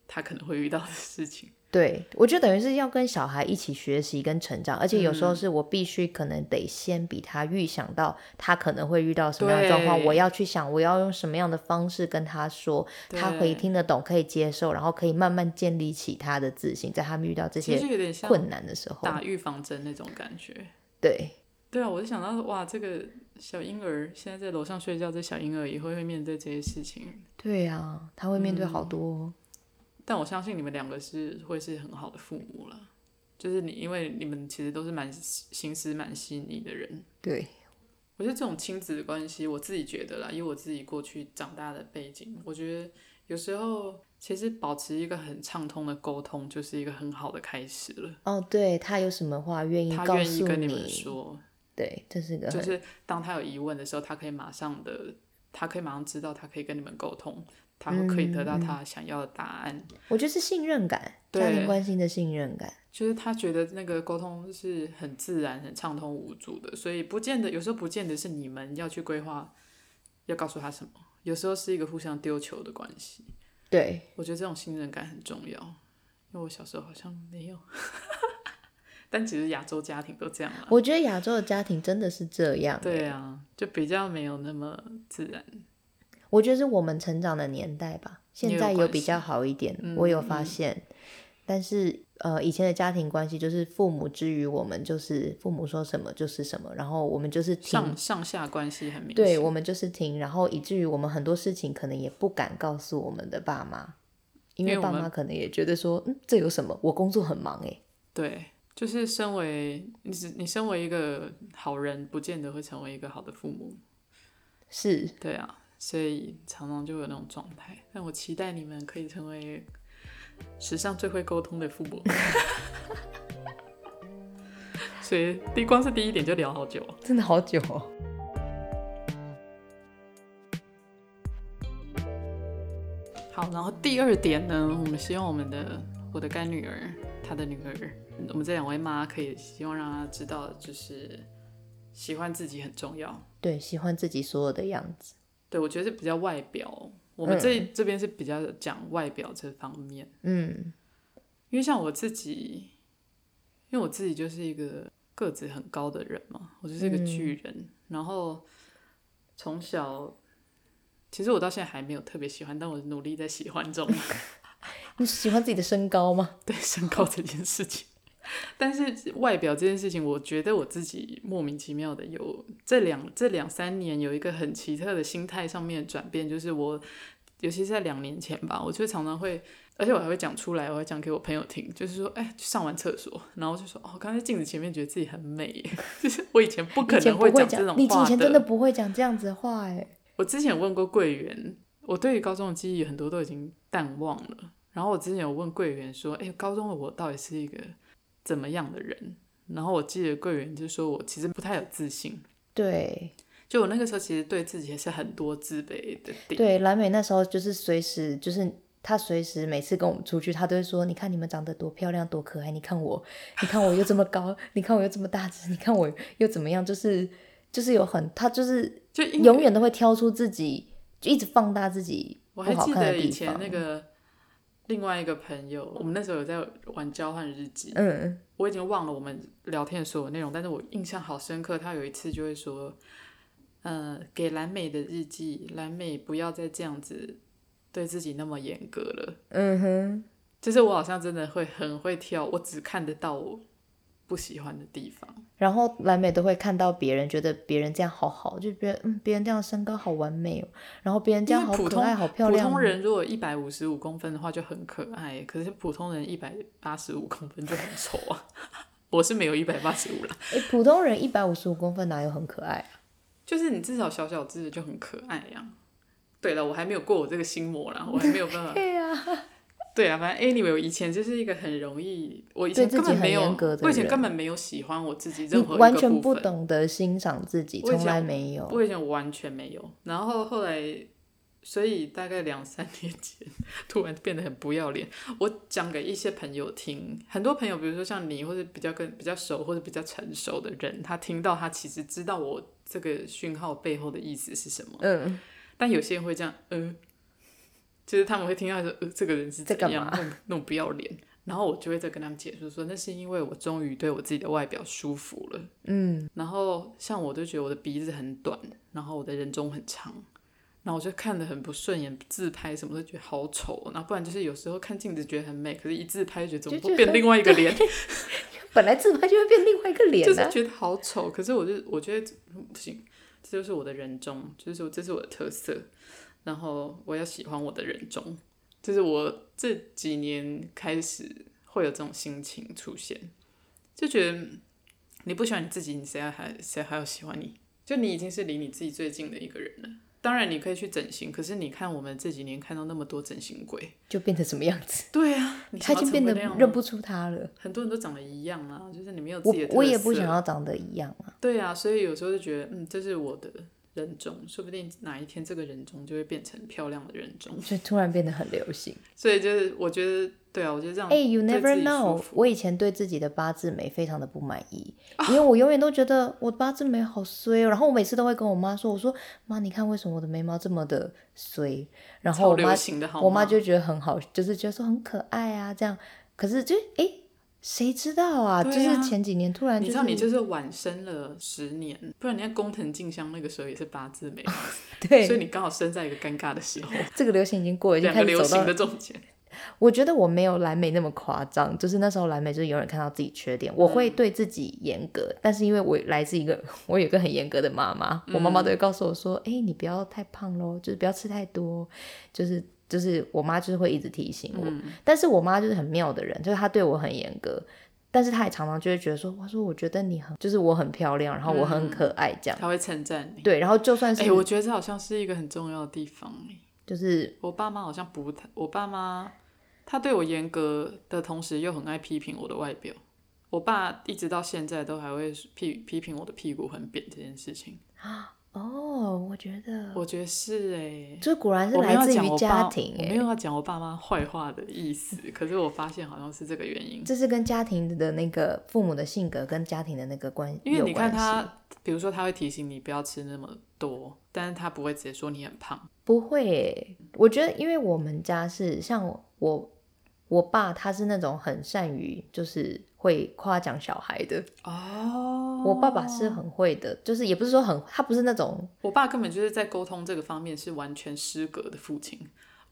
Speaker 1: 他可能会遇到的事情。
Speaker 2: 对，我觉得等于是要跟小孩一起学习跟成长，而且有时
Speaker 1: 嗯
Speaker 2: 候是我必须可能得先比他预想到他可能会遇到什么样的状况，
Speaker 1: 对
Speaker 2: 我要去想我要用什么样的方式跟他说， 他可
Speaker 1: 对
Speaker 2: 以听得懂，可以接受，然后可以慢慢建立起他的自信，在他们遇到这
Speaker 1: 啊其
Speaker 2: 些
Speaker 1: 实有点像
Speaker 2: 困难的时候，
Speaker 1: 打预防针那种感觉。
Speaker 2: 对，
Speaker 1: 对啊，我就想到哇，这个小婴儿现在在楼上睡觉，这小婴儿以后会面对这些事情。
Speaker 2: 对啊，他会面对好多、
Speaker 1: 但我相信你们两个是会是很好的父母了，就是你，因为你们其实都是蛮心思蛮细腻的人。
Speaker 2: 对，
Speaker 1: 我觉得这种亲子的关系，我自己觉得啦，以我自己过去长大的背景，我觉得有时候其实保持一个很畅通的沟通，就是一个很好的开始了。
Speaker 2: 哦，对他有什么话愿意
Speaker 1: 他
Speaker 2: 告
Speaker 1: 愿意
Speaker 2: 诉
Speaker 1: 跟们说，
Speaker 2: 对，这是个
Speaker 1: 就
Speaker 2: 很
Speaker 1: 是当他有疑问的时候，他可以马上的，他可以马上知道，他可以跟你们沟通，他会可以得到
Speaker 2: 嗯
Speaker 1: 他想要的答案。
Speaker 2: 我觉得是信任感，家
Speaker 1: 对
Speaker 2: 庭关系的信任感，
Speaker 1: 就是他觉得那个沟通是很自然、很畅通无阻的，所以不见得有时候不见得是你们要去规划，要告诉他什么，有时候是一个互相丢球的关系。
Speaker 2: 对，
Speaker 1: 我觉得这种信任感很重要，因为我小时候好像没有， 但其实亚洲家庭都这样啦。啊
Speaker 2: 我觉得亚洲的家庭真的是这样，
Speaker 1: 对啊，就比较没有那么自然。
Speaker 2: 我觉得是我们成长的年代吧，
Speaker 1: 也
Speaker 2: 现
Speaker 1: 有
Speaker 2: 在有
Speaker 1: 关
Speaker 2: 比
Speaker 1: 系
Speaker 2: 较好一点，
Speaker 1: 嗯
Speaker 2: 我有发现。但是呃，以前的家庭关系就是父母之于我们，就是父母说什么就是什么，然后我们就是听，
Speaker 1: 上上下关系很明显。
Speaker 2: 对我们就是听，然后以至于我们很多事情可能也不敢告诉我们的爸妈，因
Speaker 1: 因
Speaker 2: 为
Speaker 1: 为我
Speaker 2: 爸
Speaker 1: 们
Speaker 2: 妈可能也觉得说，嗯，这有什么？我工作很忙欸诶。
Speaker 1: 对，就是身为你只，你身为一个好人，不见得会成为一个好的父母。
Speaker 2: 是
Speaker 1: 对啊，所以常常就有那种状态。但我期待你们可以成为史上最会沟通的父母。 所以，第光是第一点就聊好久哦。
Speaker 2: 真的好久哦。
Speaker 1: 好，然后第二点呢，我们希望我们的我的干女儿，她的女儿，我们这两位妈可以希望让她知道，就是喜欢自己很重要。
Speaker 2: 对，喜欢自己所有的样子。
Speaker 1: 对我觉得是比较外表，我们这、这边是比较讲外表这方面。
Speaker 2: 嗯，
Speaker 1: 因为像我自己，因为我自己就是一个个子很高的人嘛，我就是一个巨人。然后从小，其实我到现在还没有特别喜欢，但我努力在喜欢中
Speaker 2: 你喜欢自己的身高吗？
Speaker 1: 对身高这件事情。但是外表这件事情，我觉得我自己莫名其妙的有这两这两三年有一个很奇特的心态上面的转变，就是我，尤其是在两年前吧，我就常常会，而且我还会讲出来，我还讲给我朋友听，就是说，哎、去上完厕所，然后就说，哦，刚才镜子前面觉得自己很美耶， 就是我以前不可
Speaker 2: 以前
Speaker 1: 能
Speaker 2: 不会
Speaker 1: 讲这种
Speaker 2: 你
Speaker 1: 话
Speaker 2: 以前真的不会讲这样子的话哎。
Speaker 1: 我之前有问过柜员，我对于高中的记忆很多都已经淡忘了。然后我之前有问柜员说：“哎、高中的我到底是一个怎么样的人？”然后我记得柜员就说我其实不太有自信，
Speaker 2: 对
Speaker 1: 就我那个时候其实对自己也是很多自卑的点。
Speaker 2: 对，蓝美那时候就是随时就是他随时每次跟我们出去，他都会说：“你看你们长得多漂亮，多可爱！你看我，你看我又这么高，你看我又这么大只，你看我又怎么样？”就是就是有很，他就是
Speaker 1: 就因为
Speaker 2: 永远都会挑出自己，就一直放大自己不
Speaker 1: 我还
Speaker 2: 好
Speaker 1: 记
Speaker 2: 看的
Speaker 1: 得以
Speaker 2: 地
Speaker 1: 前
Speaker 2: 方。
Speaker 1: 那个另外一个朋友，我们那时候有在玩交换日记，
Speaker 2: 嗯，
Speaker 1: 我已经忘了我们聊天的所有内容，但是我印象好深刻。他有一次就会说，呃，给蓝美的日记，蓝美不要再这样子对自己那么严格了。
Speaker 2: 嗯哼，
Speaker 1: 就是我好像真的会很会挑，我只看得到我不喜欢的地方。
Speaker 2: 然后蓝美都会看到别人，觉得别人这样好好，就别人嗯，别人这样身高好完美哦，然后别人这样
Speaker 1: 因
Speaker 2: 好
Speaker 1: 为普
Speaker 2: 可
Speaker 1: 通
Speaker 2: 爱，好漂亮
Speaker 1: 普
Speaker 2: 哦。
Speaker 1: 通人如果一百五十五公分的话就很可爱，可是普通人一百八十五公分就很丑啊。 我是没有一百八十五啦，
Speaker 2: 诶普通人一百五十五公分哪有很可爱？
Speaker 1: 就是你至少小小只的就很可爱啊呀、对了，我还没有过我这个心魔啦，我还没有办法。
Speaker 2: 对啊，
Speaker 1: 对啊，反正 anyway，我以前就是一个很容易，我以前
Speaker 2: 对自己
Speaker 1: 根本没有
Speaker 2: 很严格的，人
Speaker 1: 我以前根本没有喜欢我自己
Speaker 2: 你
Speaker 1: 任何一个部分，
Speaker 2: 完全不懂得欣赏自己，
Speaker 1: 我以
Speaker 2: 从
Speaker 1: 前
Speaker 2: 来没有。
Speaker 1: 我以前完全没有，然后后来，所以大概两三年前，突然变得很不要脸。我讲给一些朋友听，很多朋友，比如说像你，或者比较跟比较熟或者比较成熟的人，他听到他其实知道我这个讯号背后的意思是什么，
Speaker 2: 嗯，
Speaker 1: 但有些人会这样，呃，就是他们会听到说，呃，这个人是怎
Speaker 2: 在干
Speaker 1: 样
Speaker 2: 嘛
Speaker 1: 那么那么不要脸，然后我就会再跟他们解释说，那是因为我终于对我自己的外表舒服了。
Speaker 2: 嗯，
Speaker 1: 然后像我就觉得我的鼻子很短，然后我的人中很长，然后我就看得很不顺眼，自拍什么都觉得好丑。哦然后不然就是有时候看镜子觉得很美，可是一自拍就觉得怎么
Speaker 2: 就
Speaker 1: 会
Speaker 2: 觉
Speaker 1: 变
Speaker 2: 得
Speaker 1: 另外一个脸，
Speaker 2: 本来自拍就会变另外一个脸
Speaker 1: 就是
Speaker 2: 啊。
Speaker 1: 觉得好丑。可是我就我觉得嗯不行，这就是我的人中，就是我这是我的特色，然后我要喜欢我的人中，就是我这几年开始会有这种心情出现，就觉得你不喜欢你自己，你谁还谁还要喜欢你？就你已经是离你自己最近的一个人了。当然，你可以去整形，可是你看我们这几年看到那么多整形鬼，
Speaker 2: 就变成什么样子？
Speaker 1: 对啊，你
Speaker 2: 他
Speaker 1: 想
Speaker 2: 已
Speaker 1: 要
Speaker 2: 经变
Speaker 1: 成为
Speaker 2: 得
Speaker 1: 那样吗
Speaker 2: 认不出他了。
Speaker 1: 很多人都长得一样啊，就是你没有自
Speaker 2: 我
Speaker 1: 己的特色。
Speaker 2: 我也不想要长得一样啊。
Speaker 1: 对啊，所以有时候就觉得，嗯，这是我的人中，说不定哪一天这个人中就会变成漂亮的人中。
Speaker 2: 就突然变得很流行。
Speaker 1: 所以就是我觉得，对啊，我觉得这样
Speaker 2: 哎、y o u
Speaker 1: 对自
Speaker 2: never
Speaker 1: 己舒
Speaker 2: know
Speaker 1: 服。啊
Speaker 2: 我以前对自己的八字眉非常的不满意，因为我永远都觉得我八字眉好衰哦。然后我每次都会跟我妈说：“我说妈，你看为什么我的眉毛这么的衰？”然后
Speaker 1: 超
Speaker 2: 我妈
Speaker 1: 流行的好吗？
Speaker 2: 我妈就觉得很好，就是觉得说很可爱啊这样。可是就哎、谁知道啊？就
Speaker 1: 对啊
Speaker 2: 是前几年突然
Speaker 1: 你知
Speaker 2: 就是
Speaker 1: 道你就是晚生了十年，不然你看工藤静香那个时候也是八字眉，所以
Speaker 2: 对
Speaker 1: 你刚好生在一个尴尬的时候，
Speaker 2: 这个流行已经过了，已经
Speaker 1: 两
Speaker 2: 开
Speaker 1: 个
Speaker 2: 始
Speaker 1: 流
Speaker 2: 走到
Speaker 1: 行的中间。
Speaker 2: 我觉得我没有蓝莓那么夸张，就是那时候蓝莓就是永远看到自己缺点，我
Speaker 1: 嗯
Speaker 2: 会对自己严格，但是因为我来自一个 我有一个很严格的妈妈，我妈妈
Speaker 1: 嗯
Speaker 2: 都会告诉我说，哎、你不要太胖咯，就是不要吃太多，就是就是我妈就是会一直提醒我，
Speaker 1: 嗯
Speaker 2: 但是我妈就是很妙的人，就是她对我很严格。但是她也常常就会觉得说，她说我觉得你很，就是我很漂亮，然后我很
Speaker 1: 嗯
Speaker 2: 可爱这样。
Speaker 1: 他会称赞你。
Speaker 2: 对，然后就算是、
Speaker 1: 哎、我觉得这好像是一个很重要的地方、哎
Speaker 2: 就是
Speaker 1: 我爸妈好像不太，我爸妈他对我严格的同时又很爱批评我的外表。我爸一直到现在都还会批批评我的屁股很扁这件事情，
Speaker 2: 哦，我觉得，
Speaker 1: 我觉得是哎、
Speaker 2: 这果然是
Speaker 1: 我没有
Speaker 2: 来
Speaker 1: 要
Speaker 2: 自
Speaker 1: 讲
Speaker 2: 于
Speaker 1: 我
Speaker 2: 家
Speaker 1: 爸，
Speaker 2: 庭
Speaker 1: 我
Speaker 2: 哎、
Speaker 1: 没有要讲我爸妈坏话的意 思，可是我发现好像是这个原因，
Speaker 2: 这是跟家庭的那个父母的性格跟家庭的那个关，
Speaker 1: 因为
Speaker 2: 有
Speaker 1: 你看
Speaker 2: 关系
Speaker 1: 他，比如说他会提醒你不要吃那么多，但是他不会直接说你很胖，
Speaker 2: 不会耶，我觉得因为我们家是像我我爸他是那种很善于就是会夸奖小孩的，
Speaker 1: 哦
Speaker 2: 我爸爸是很会的，就是也不是说很，他不是那种
Speaker 1: 我爸根本就是在沟通这个方面是完全失格的父亲。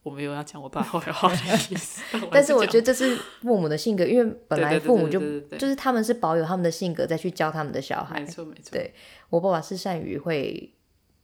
Speaker 1: 我没有要讲我爸坏话的意思，
Speaker 2: 但是我
Speaker 1: 得
Speaker 2: 觉得这是父母的性格，因为本来
Speaker 1: 对对对
Speaker 2: 父母就
Speaker 1: 对对对对
Speaker 2: 就是他们是保有他们的性格再去教他们的小孩
Speaker 1: 没，错没错，
Speaker 2: 对我爸爸是善于会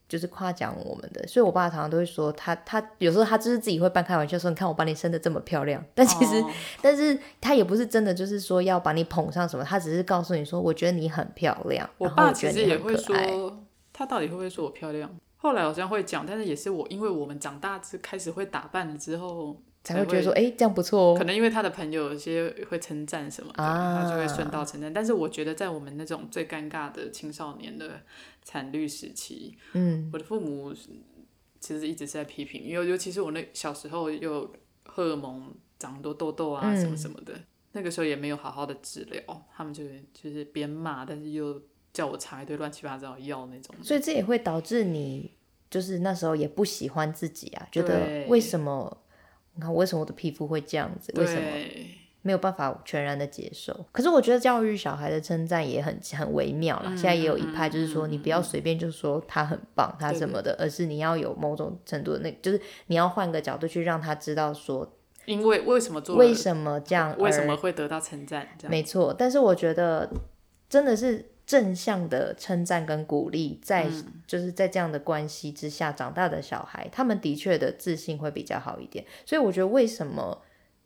Speaker 2: 就是夸奖我们的，所以我爸常常都会说他他有时候他就是自己会半开玩笑说，你看我把你生的这么漂亮，但其实、
Speaker 1: 哦
Speaker 2: 但是他也不是真的就是说要把你捧上什么，他只是告诉你说我觉得你很漂亮，
Speaker 1: 我
Speaker 2: 然后
Speaker 1: 爸
Speaker 2: 我
Speaker 1: 其
Speaker 2: 觉得
Speaker 1: 实
Speaker 2: 你
Speaker 1: 也
Speaker 2: 很
Speaker 1: 会
Speaker 2: 可爱。
Speaker 1: 说，他到底会不会说我漂亮？后来好像会讲，但是也是我，因为我们长大之开始会打扮了之后，
Speaker 2: 才
Speaker 1: 才
Speaker 2: 会觉得
Speaker 1: 会
Speaker 2: 说，哎、这样不错哦
Speaker 1: 可。能因为他的朋友有些会称赞什么的，
Speaker 2: 啊
Speaker 1: 他就会顺道称赞。但是我觉得在我们那种最尴尬的青少年的惨绿时期，
Speaker 2: 嗯，
Speaker 1: 我的父母是其实一直是在批评，因为尤其是我那小时候又荷尔蒙长很多痘痘
Speaker 2: 嗯
Speaker 1: 啊什么什么的。那个时候也没有好好的治疗，他们就就是边骂，但是又叫我查一堆乱七八糟的药那种。
Speaker 2: 所以这也会导致你就是那时候也不喜欢自己啊，觉得
Speaker 1: 对
Speaker 2: 为什么？你看为什么我的皮肤会这样子？为什么
Speaker 1: 对，
Speaker 2: 没有办法全然的接受？可是我觉得教育小孩的称赞也很很微妙
Speaker 1: 嗯
Speaker 2: 啦。现在也有一派就是说，你不要随便就说他很棒，他什么的，而是你要有某种程度的那，就是你要换个角度去让他知道说
Speaker 1: 因为为什么做了
Speaker 2: 为什么这样，
Speaker 1: 为什么会得到称赞？这样
Speaker 2: 没错，但是我觉得真的是正向的称赞跟鼓励，在、
Speaker 1: 嗯
Speaker 2: 就是在这样的关系之下长大的小孩，他们的确的自信会比较好一点。所以我觉得为什么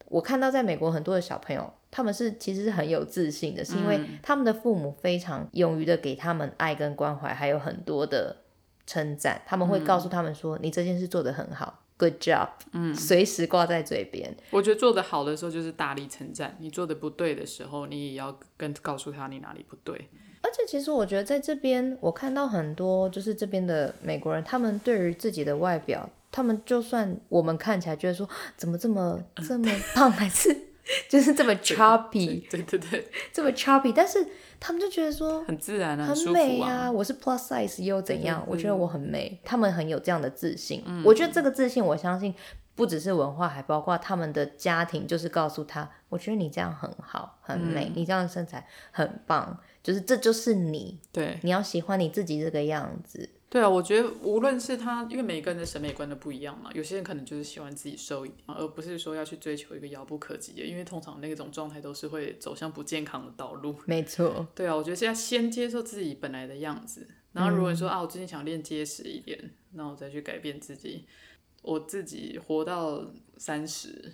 Speaker 2: 我看到在美国很多的小朋友，他们是其实是很有自信的，是因为
Speaker 1: 嗯
Speaker 2: 他们的父母非常勇于的给他们爱跟关怀，还有很多的称赞，他们会
Speaker 1: 嗯
Speaker 2: 告诉他们说：“你这件事做得很好。” Good job，嗯，随时挂在嘴边，
Speaker 1: 我觉得做的好的时候就是大力称赞，你做的不对的时候，你也要跟告诉他你哪里不对。
Speaker 2: 而且其实我觉得在这边，我看到很多就是这边的美国人，他们对于自己的外表，他们就算我们看起来觉得说怎么 这么这么胖，还是 就是这么 choppy，
Speaker 1: 对对对，
Speaker 2: 这么 choppy，但是他们就觉得说
Speaker 1: 很自然啊，
Speaker 2: 很
Speaker 1: 舒
Speaker 2: 美
Speaker 1: 服啊。
Speaker 2: 我是 plus size 又怎样？
Speaker 1: 对嗯
Speaker 2: 我觉得我很美，他们很有这样的自信。我觉得这个自信，我相信不只是文化，还包括他们的家庭，就是告诉他，我觉得你这样很好，很
Speaker 1: 嗯
Speaker 2: 美，你这样的身材很棒，就是这就是你，
Speaker 1: 对
Speaker 2: 你要喜欢你自己这个样子。
Speaker 1: 对啊，我觉得无论是他，因为每个人的审美观都不一样嘛，有些人可能就是喜欢自己瘦一点，而不是说要去追求一个遥不可及的，因为通常那种状态都是会走向不健康的道路。
Speaker 2: 没错，
Speaker 1: 对啊，我觉得现在先接受自己本来的样子，然后如果
Speaker 2: 嗯
Speaker 1: 说、啊，我最近想练结实一点，那我再去改变自己。我自己活到三十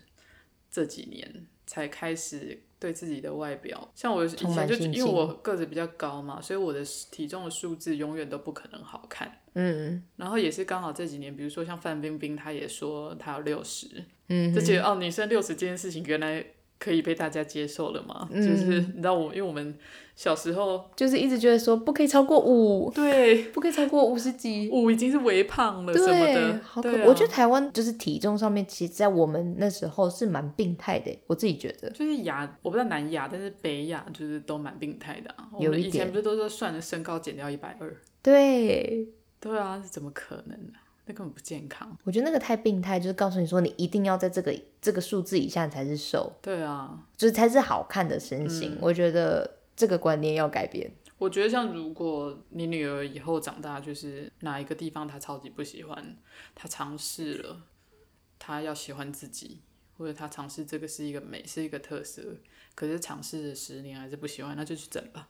Speaker 1: 这几年，才开始对自己的外表，像我以
Speaker 2: 充满
Speaker 1: 前就
Speaker 2: 信
Speaker 1: 因为
Speaker 2: 心
Speaker 1: 我个子比较高嘛，所以我的体重的数字永远都不可能好看。
Speaker 2: 嗯
Speaker 1: 然后也是刚好这几年，比如说像范冰冰，她也说她有六十，
Speaker 2: 嗯
Speaker 1: 就觉得哦，女生六十这件事情原来可以被大家接受了嘛？
Speaker 2: 嗯
Speaker 1: 就是你知道我，因为我们小时候
Speaker 2: 就是一直觉得说不可以超过五，
Speaker 1: 对
Speaker 2: 不可以超过五十几。
Speaker 1: 我已经是微胖了什么
Speaker 2: 对
Speaker 1: 的，，
Speaker 2: 好可
Speaker 1: 对、啊，
Speaker 2: 我觉得台湾就是体重上面，其实，在我们那时候是蛮病态的，我自己觉得。
Speaker 1: 就是亚，我不知道南亚，但是北亚就是都蛮病态的、啊。我
Speaker 2: 有
Speaker 1: 们
Speaker 2: 一
Speaker 1: 以前
Speaker 2: 点
Speaker 1: 不是都说算了身高减掉一百二？
Speaker 2: 对，
Speaker 1: 对啊，这怎么可能呢、那根本不健康。
Speaker 2: 我觉得那个太病态，就是告诉你说你一定要在这个这个数字以下你才是瘦，
Speaker 1: 对啊，
Speaker 2: 就是才是好看的身形。
Speaker 1: 嗯
Speaker 2: 我觉得这个观念要改变。
Speaker 1: 我觉得像如果你女儿以后长大，就是哪一个地方她超级不喜欢，她尝试了，她要喜欢自己，或者她尝试这个是一个美，是一个特色，可是尝试了十年还是不喜欢，那就去整吧。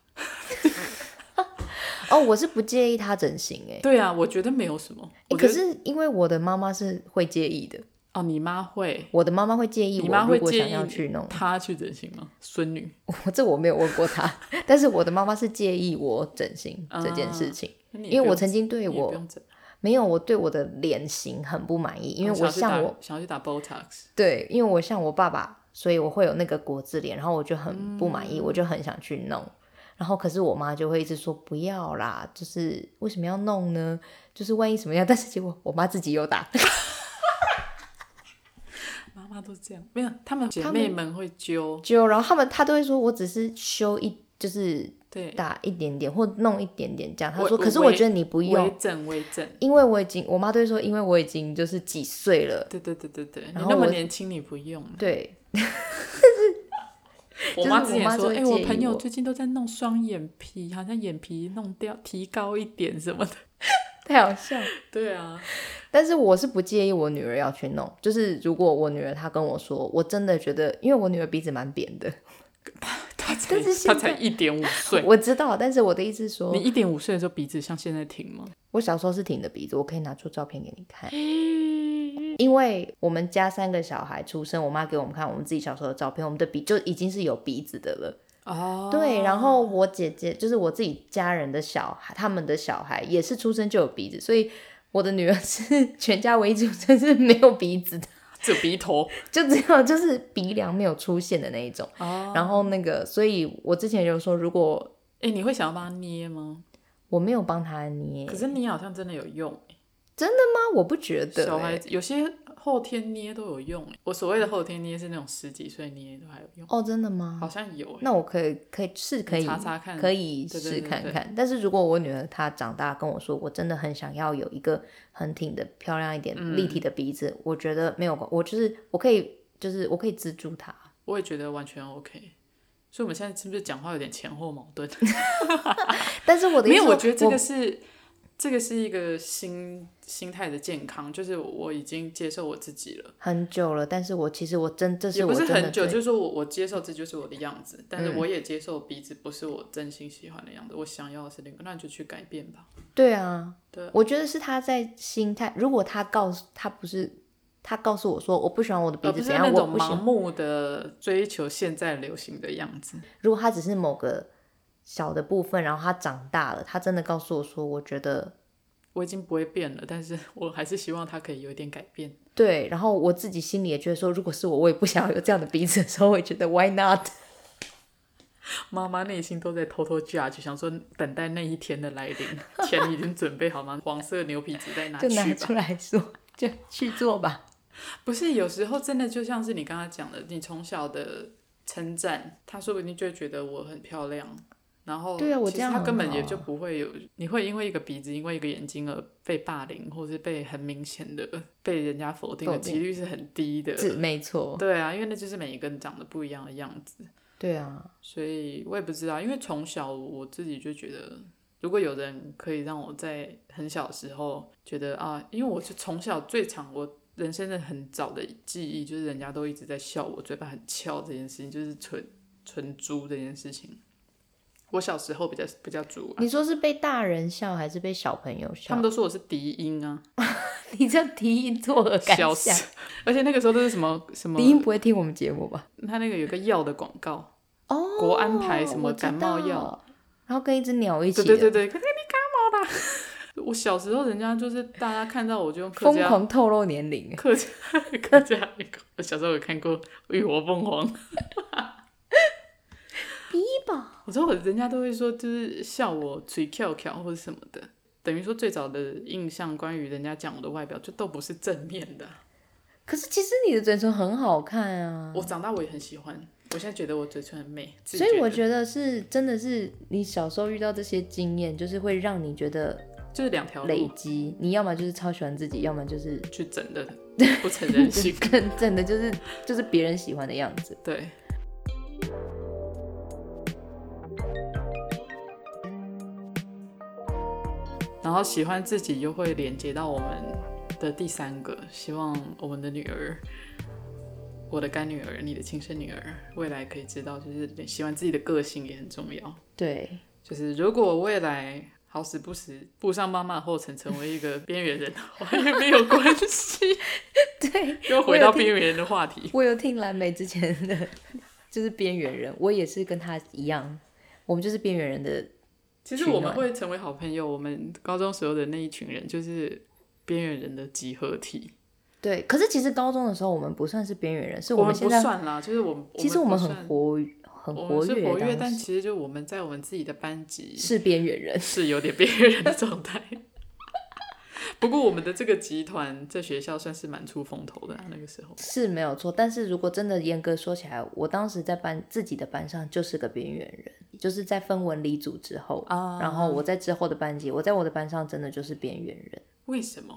Speaker 2: 哦，我是不介意他整形哎、
Speaker 1: 对啊，我觉得没有什么。
Speaker 2: 欸
Speaker 1: 我觉
Speaker 2: 可
Speaker 1: 得
Speaker 2: 是因为我的妈妈是会介意的，
Speaker 1: 哦，你妈会，
Speaker 2: 我的妈妈会介意
Speaker 1: 你
Speaker 2: 我
Speaker 1: 妈会
Speaker 2: 如果
Speaker 1: 介
Speaker 2: 想
Speaker 1: 意
Speaker 2: 要去弄，
Speaker 1: 她去整形吗？孙女，
Speaker 2: 我这我没有问过她， 但是我的妈妈是介意我整形这件事情，
Speaker 1: 啊那你也
Speaker 2: 因
Speaker 1: 不
Speaker 2: 为我
Speaker 1: 用
Speaker 2: 曾经对
Speaker 1: 你也不
Speaker 2: 我
Speaker 1: 用整，
Speaker 2: 没有我对我的脸型很不满意，因为
Speaker 1: 哦想
Speaker 2: 我
Speaker 1: 要去
Speaker 2: 像
Speaker 1: 打
Speaker 2: 我
Speaker 1: 想要去打 Botox，
Speaker 2: 对，因为我像我爸爸，所以我会有那个国字脸，然后我就很不满意，
Speaker 1: 嗯
Speaker 2: 我就很想去弄。然后可是我妈就会一直说不要啦，就是为什么要弄呢？就是万一什么样？但是结果我妈自己有打，
Speaker 1: 妈妈都这样，没有，她们姐
Speaker 2: 她们
Speaker 1: 妹们会揪，
Speaker 2: 就然后他们她都会说我只是修一，就是
Speaker 1: 对，
Speaker 2: 打一点点或弄一点点这样。她
Speaker 1: 我
Speaker 2: 说，
Speaker 1: 我
Speaker 2: 可是我
Speaker 1: 微
Speaker 2: 觉得你不
Speaker 1: 微
Speaker 2: 用，
Speaker 1: 整微整。
Speaker 2: 因为我已经，我妈都会说，因为我已经就是几岁了，
Speaker 1: 对对对对对，你
Speaker 2: 然后
Speaker 1: 那么
Speaker 2: 我
Speaker 1: 年轻，你不用。
Speaker 2: 对，
Speaker 1: 我
Speaker 2: 就是
Speaker 1: 妈
Speaker 2: 我
Speaker 1: 之前
Speaker 2: 妈
Speaker 1: 说，
Speaker 2: 就会
Speaker 1: 哎、
Speaker 2: 介意
Speaker 1: 我朋友
Speaker 2: 我
Speaker 1: 最近都在弄双眼皮，好像眼皮弄掉、提高一点什 么的。
Speaker 2: 太好笑了。
Speaker 1: 对啊，
Speaker 2: 但是我是不介意我女儿要去弄，就是如果我女儿她跟我说，我真的觉得，因为我女儿鼻子蛮扁的，
Speaker 1: 她才
Speaker 2: 但是现
Speaker 1: 她
Speaker 2: 在哦
Speaker 1: 才一点五 岁，
Speaker 2: 我知道，但是我的意思是说
Speaker 1: 你，一点五岁的时候鼻子像现在挺吗？
Speaker 2: 我小时候是挺的鼻子，我可以拿出照片给你看，因为我们家三个小孩出生，我妈给我们看我们自己小时候的照片，我们的鼻就已经是有鼻子的了，
Speaker 1: 哦，
Speaker 2: 对，然后我姐姐就是我自己家人的小孩，他们的小孩也是出生就有鼻子，所以我的女儿 是全家唯一出生是没有鼻子的。
Speaker 1: 只有鼻 头。
Speaker 2: 就只有就是鼻梁没有出现的那一种。
Speaker 1: 哦
Speaker 2: 然后那个，所以我之前有说，如果
Speaker 1: 哎、你会想要帮他捏吗？
Speaker 2: 我没有帮他捏，
Speaker 1: 可是捏好像真的有用、
Speaker 2: 真的吗？我不觉得、
Speaker 1: 小孩
Speaker 2: 欸。
Speaker 1: 子有些后天捏都有用欸。我所谓的后天捏是那种十几岁捏都还有用，
Speaker 2: 哦，真的吗？
Speaker 1: 好像有欸。
Speaker 2: 那我可以可以是可以
Speaker 1: 查查看
Speaker 2: 可以
Speaker 1: 对对
Speaker 2: 试
Speaker 1: 对
Speaker 2: 看
Speaker 1: 对
Speaker 2: 看。但是如果我女儿她长大跟我说，我真的很想要有一个很挺的、漂亮一点、立
Speaker 1: 嗯
Speaker 2: 体的鼻子，我觉得没有关，我就是我可以，就是我可以资助她。
Speaker 1: 我也觉得完全 OK。所以我们现在是不是讲话有点前后矛盾？
Speaker 2: 但是我的意
Speaker 1: 没
Speaker 2: 思
Speaker 1: 有，
Speaker 2: 是
Speaker 1: 我觉得这个是这个是一个心心态的健康，就是我已经接受我自己了，
Speaker 2: 很久了，但是我其实我真这
Speaker 1: 也
Speaker 2: 是
Speaker 1: 不
Speaker 2: 我
Speaker 1: 是
Speaker 2: 真的
Speaker 1: 很久，
Speaker 2: 最
Speaker 1: 就是说我我接受这就是我的样子，但是我也接受鼻子不是我真心喜欢的样子，我想要的是另一个，那你就去改变吧。
Speaker 2: 对啊，
Speaker 1: 对，
Speaker 2: 我觉得是她在心态。如果她告诉她不是她告诉我说我不喜欢我的鼻
Speaker 1: 而呃
Speaker 2: 子
Speaker 1: 不是
Speaker 2: 怎样，
Speaker 1: 那
Speaker 2: 我
Speaker 1: 种
Speaker 2: 不喜
Speaker 1: 盲
Speaker 2: 欢。
Speaker 1: 目的追求现在流行的样子。
Speaker 2: 如果她只是某个小的部分，然后她长大了，她真的告诉我说，我觉得。
Speaker 1: 我已经不会变了，但是我还是希望它可以有一点改变。
Speaker 2: 对，然后我自己心里也觉得说，如果是我，我也不想要有这样的鼻子的时候，我也觉得 why not？
Speaker 1: 妈妈内心都在偷偷 judge，想说等待那一天的来临，钱已经准备好吗？黄色牛皮纸袋拿
Speaker 2: 就拿
Speaker 1: 去吧。
Speaker 2: 出来说， 就去做吧。
Speaker 1: 不是，有时候真的就像是你刚刚讲的，你从小的称赞，他说不定就会觉得我很漂亮。然后，
Speaker 2: 对啊我
Speaker 1: 其
Speaker 2: 这
Speaker 1: 实
Speaker 2: 样
Speaker 1: 他
Speaker 2: 很
Speaker 1: 根本
Speaker 2: 好
Speaker 1: 也
Speaker 2: 啊
Speaker 1: 就不会有，你会因为一个鼻子，因为一个眼睛而被霸凌，或是被很明显的被人家否定的
Speaker 2: 否定
Speaker 1: 几率是很低的。
Speaker 2: 是没错，
Speaker 1: 对啊，因为那就是每一个人长得不一样的样子，
Speaker 2: 对啊，
Speaker 1: 所以我也不知道，因为从小我自己就觉得，如果有人可以让我在很小的时候觉得啊，因为我是从小最长我。人生的很早的记忆就是人家都一直在笑我嘴巴很翘这件事情，就是蠢蠢猪这件事情。我小时候比较比较猪啊，
Speaker 2: 你说是被大人笑还是被小朋友
Speaker 1: 他
Speaker 2: 笑
Speaker 1: 们？都说我是低音啊，
Speaker 2: 你这提议作何感
Speaker 1: 笑
Speaker 2: 想？
Speaker 1: 死！ 而且那个时候都是什么什么
Speaker 2: 迪英不会听我们节目吧？
Speaker 1: 他那个有个药的广告，
Speaker 2: 哦，
Speaker 1: 国安牌什么
Speaker 2: 我知
Speaker 1: 感冒
Speaker 2: 道
Speaker 1: 药，
Speaker 2: 然后跟一只鸟一起，
Speaker 1: 对对对对，可是你干嘛啦？ 我小时候人家就是大家看到我就用客
Speaker 2: 疯
Speaker 1: 家
Speaker 2: 狂透露年龄，
Speaker 1: 客家客家语口，我小时候有看过《浴火凤凰》，
Speaker 2: 逼吧，
Speaker 1: 我说我人家都会说就是笑我嘴翘翘或者什么的，等于说最早的印象关于人家讲我的外表就都不是正面的啊。
Speaker 2: 可是其实你的嘴唇很好看啊，
Speaker 1: 我长大我也很喜欢，我现在觉得我嘴唇很美，自己
Speaker 2: 所以我
Speaker 1: 觉
Speaker 2: 觉得是真的是你小时候遇到这些经验，就是会让你觉得
Speaker 1: 得就是两条
Speaker 2: 累
Speaker 1: 路
Speaker 2: 积。你要么就是超喜欢自己，要么就是
Speaker 1: 去整的不成人性。
Speaker 2: 更正的，就是就是别人喜欢的样子。
Speaker 1: 对，然后喜欢自己又会连接到我们的第三个，希望我们的女儿，我的干女儿，你的亲生女儿，未来可以知道，就是喜欢自己的个性也很重要。
Speaker 2: 对，
Speaker 1: 就是如果未来好死不死步上妈妈的后尘，成为一个边缘人 的话，也没有关系。
Speaker 2: 对，
Speaker 1: 又
Speaker 2: 我
Speaker 1: 回
Speaker 2: 有
Speaker 1: 到
Speaker 2: 听
Speaker 1: 边缘人的话题，
Speaker 2: 我有听蓝莓之前的，就是边缘人，我也是跟他一样，我们就是边缘人的。
Speaker 1: 其实
Speaker 2: 取
Speaker 1: 我们
Speaker 2: 暖
Speaker 1: 会成为好朋友，我们高中时候的那一群人就是边缘人的集合体。
Speaker 2: 对，可是其实高中的时候我们不算是边缘人，是
Speaker 1: 我
Speaker 2: 们
Speaker 1: 们
Speaker 2: 现
Speaker 1: 不
Speaker 2: 在
Speaker 1: 算啦，就是我们
Speaker 2: 其实我们
Speaker 1: 不
Speaker 2: 很
Speaker 1: 算
Speaker 2: 活很
Speaker 1: 我
Speaker 2: 活
Speaker 1: 们是
Speaker 2: 跃，
Speaker 1: 活跃，
Speaker 2: 当
Speaker 1: 但
Speaker 2: 时
Speaker 1: 其实就我们在我们自己的班级
Speaker 2: 是边缘人。
Speaker 1: 是有点边缘人的状态。不过我们的这个集团在学校算是蛮出风头的、啊，那个时候
Speaker 2: 是没有错，但是如果真的严格说起来，我当时在班自己的班上就是个边缘人，就是在分文理组之后，
Speaker 1: 啊
Speaker 2: 然后我在之后的班级，我在我的班上真的就是边缘人，
Speaker 1: 为什么？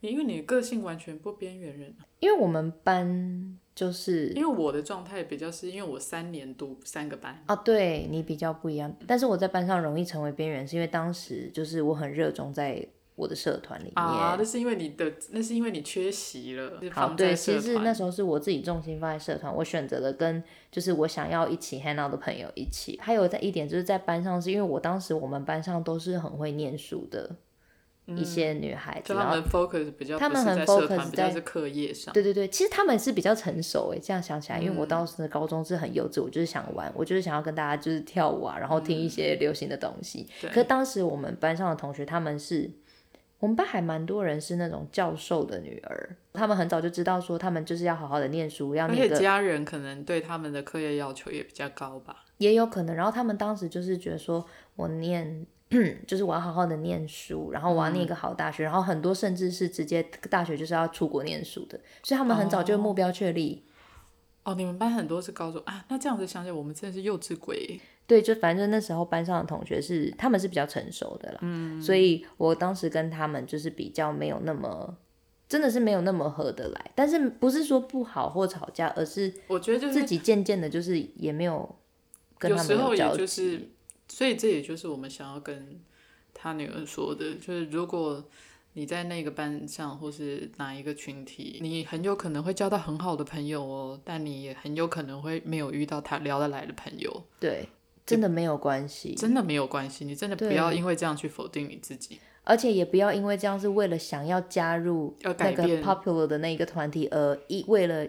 Speaker 1: 因为你的个性完全不边缘人啊，
Speaker 2: 因为我们班就是
Speaker 1: 因为我的状态比较是因为我三年读三个班，
Speaker 2: 啊，对你比较不一样，但是我在班上容易成为边缘，是因为当时就是我很热衷在我的社团里面。
Speaker 1: 啊，那是因为你的，那是因为你缺席了。是
Speaker 2: 好，
Speaker 1: 放
Speaker 2: 对，
Speaker 1: 在
Speaker 2: 其
Speaker 1: 社
Speaker 2: 实
Speaker 1: 团
Speaker 2: 那时候是我自己重心放在社团，我选择了跟就是我想要一起 hang out 的朋友一起。还有在一点就是在班上，是因为我当时我们班上都是很会念书的一些女孩子，
Speaker 1: 嗯就
Speaker 2: 然
Speaker 1: 他
Speaker 2: 后
Speaker 1: 们 focus 比较，
Speaker 2: 他们很
Speaker 1: 不是在社
Speaker 2: focus
Speaker 1: 团，比较
Speaker 2: 在
Speaker 1: 是课业上。
Speaker 2: 对对对，其实他们是比较成熟欸诶。这样想起来，因为
Speaker 1: 嗯
Speaker 2: 我当时的高中是很幼稚，我就是想玩，我就是想要跟大家就是跳舞啊，然后听一些流行的东西。
Speaker 1: 嗯对
Speaker 2: 可当时我们班上的同学，他们是我们班还蛮多人是那种教授的女儿，他们很早就知道说他们就是要好好的念书，要
Speaker 1: 而
Speaker 2: 念
Speaker 1: 且
Speaker 2: 个
Speaker 1: 家人可能对他们的课业要求也比较高吧。
Speaker 2: 也有可能。然后他们当时就是觉得说，我念 就是我要好好的念书，然后我要
Speaker 1: 嗯
Speaker 2: 念一个好大学，然后很多甚至是直接大学就是要出国念书的，所以他们很早就目标确立。
Speaker 1: 哦，你们班很多是高中啊，那这样子想起来，我们真的是幼稚鬼。
Speaker 2: 对，就反正那时候班上的同学是他们是比较成熟的啦，
Speaker 1: 嗯
Speaker 2: 所以我当时跟他们就是比较没有那么，真的是没有那么合得来。但是不是说不好或吵架，而是
Speaker 1: 我觉得就是
Speaker 2: 自己渐渐的，就是也没有跟
Speaker 1: 有
Speaker 2: 他
Speaker 1: 时
Speaker 2: 们
Speaker 1: 候
Speaker 2: 交
Speaker 1: 也
Speaker 2: 集。
Speaker 1: 就是，所以这也就是我们想要跟他女儿说的，就是如果你在那个班上或是哪一个群体，你很有可能会交到很好的朋友哦，但你也很有可能会没有遇到他聊得来的朋友，
Speaker 2: 对，真的没有关系，
Speaker 1: 真的没有关系，你真的不
Speaker 2: 对
Speaker 1: 要因为这样去否定你自己。
Speaker 2: 而且也不要因为这样是为了想要加入
Speaker 1: 要
Speaker 2: 那
Speaker 1: 改
Speaker 2: 个
Speaker 1: 变
Speaker 2: popular 的那一个团体而一为了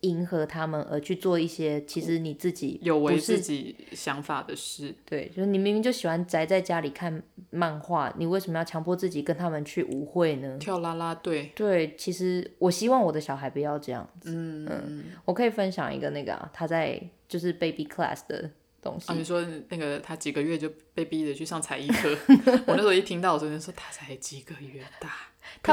Speaker 2: 迎合他们而去做一些其实你自己
Speaker 1: 有
Speaker 2: 不
Speaker 1: 违
Speaker 2: 是
Speaker 1: 自己想法的事，
Speaker 2: 对，就是你明明就喜欢宅在家里看漫画，你为什么要强迫自己跟他们去舞会呢？
Speaker 1: 跳啦啦队，
Speaker 2: 对，其实我希望我的小孩不要这样。
Speaker 1: 嗯，
Speaker 2: 我可以分享一个那个、啊、他在就是 baby class 的东西
Speaker 1: 啊，，你说那个他几个月就被逼着去上才艺 课，我那时候一听到，我昨天说他才几个月大，
Speaker 2: 他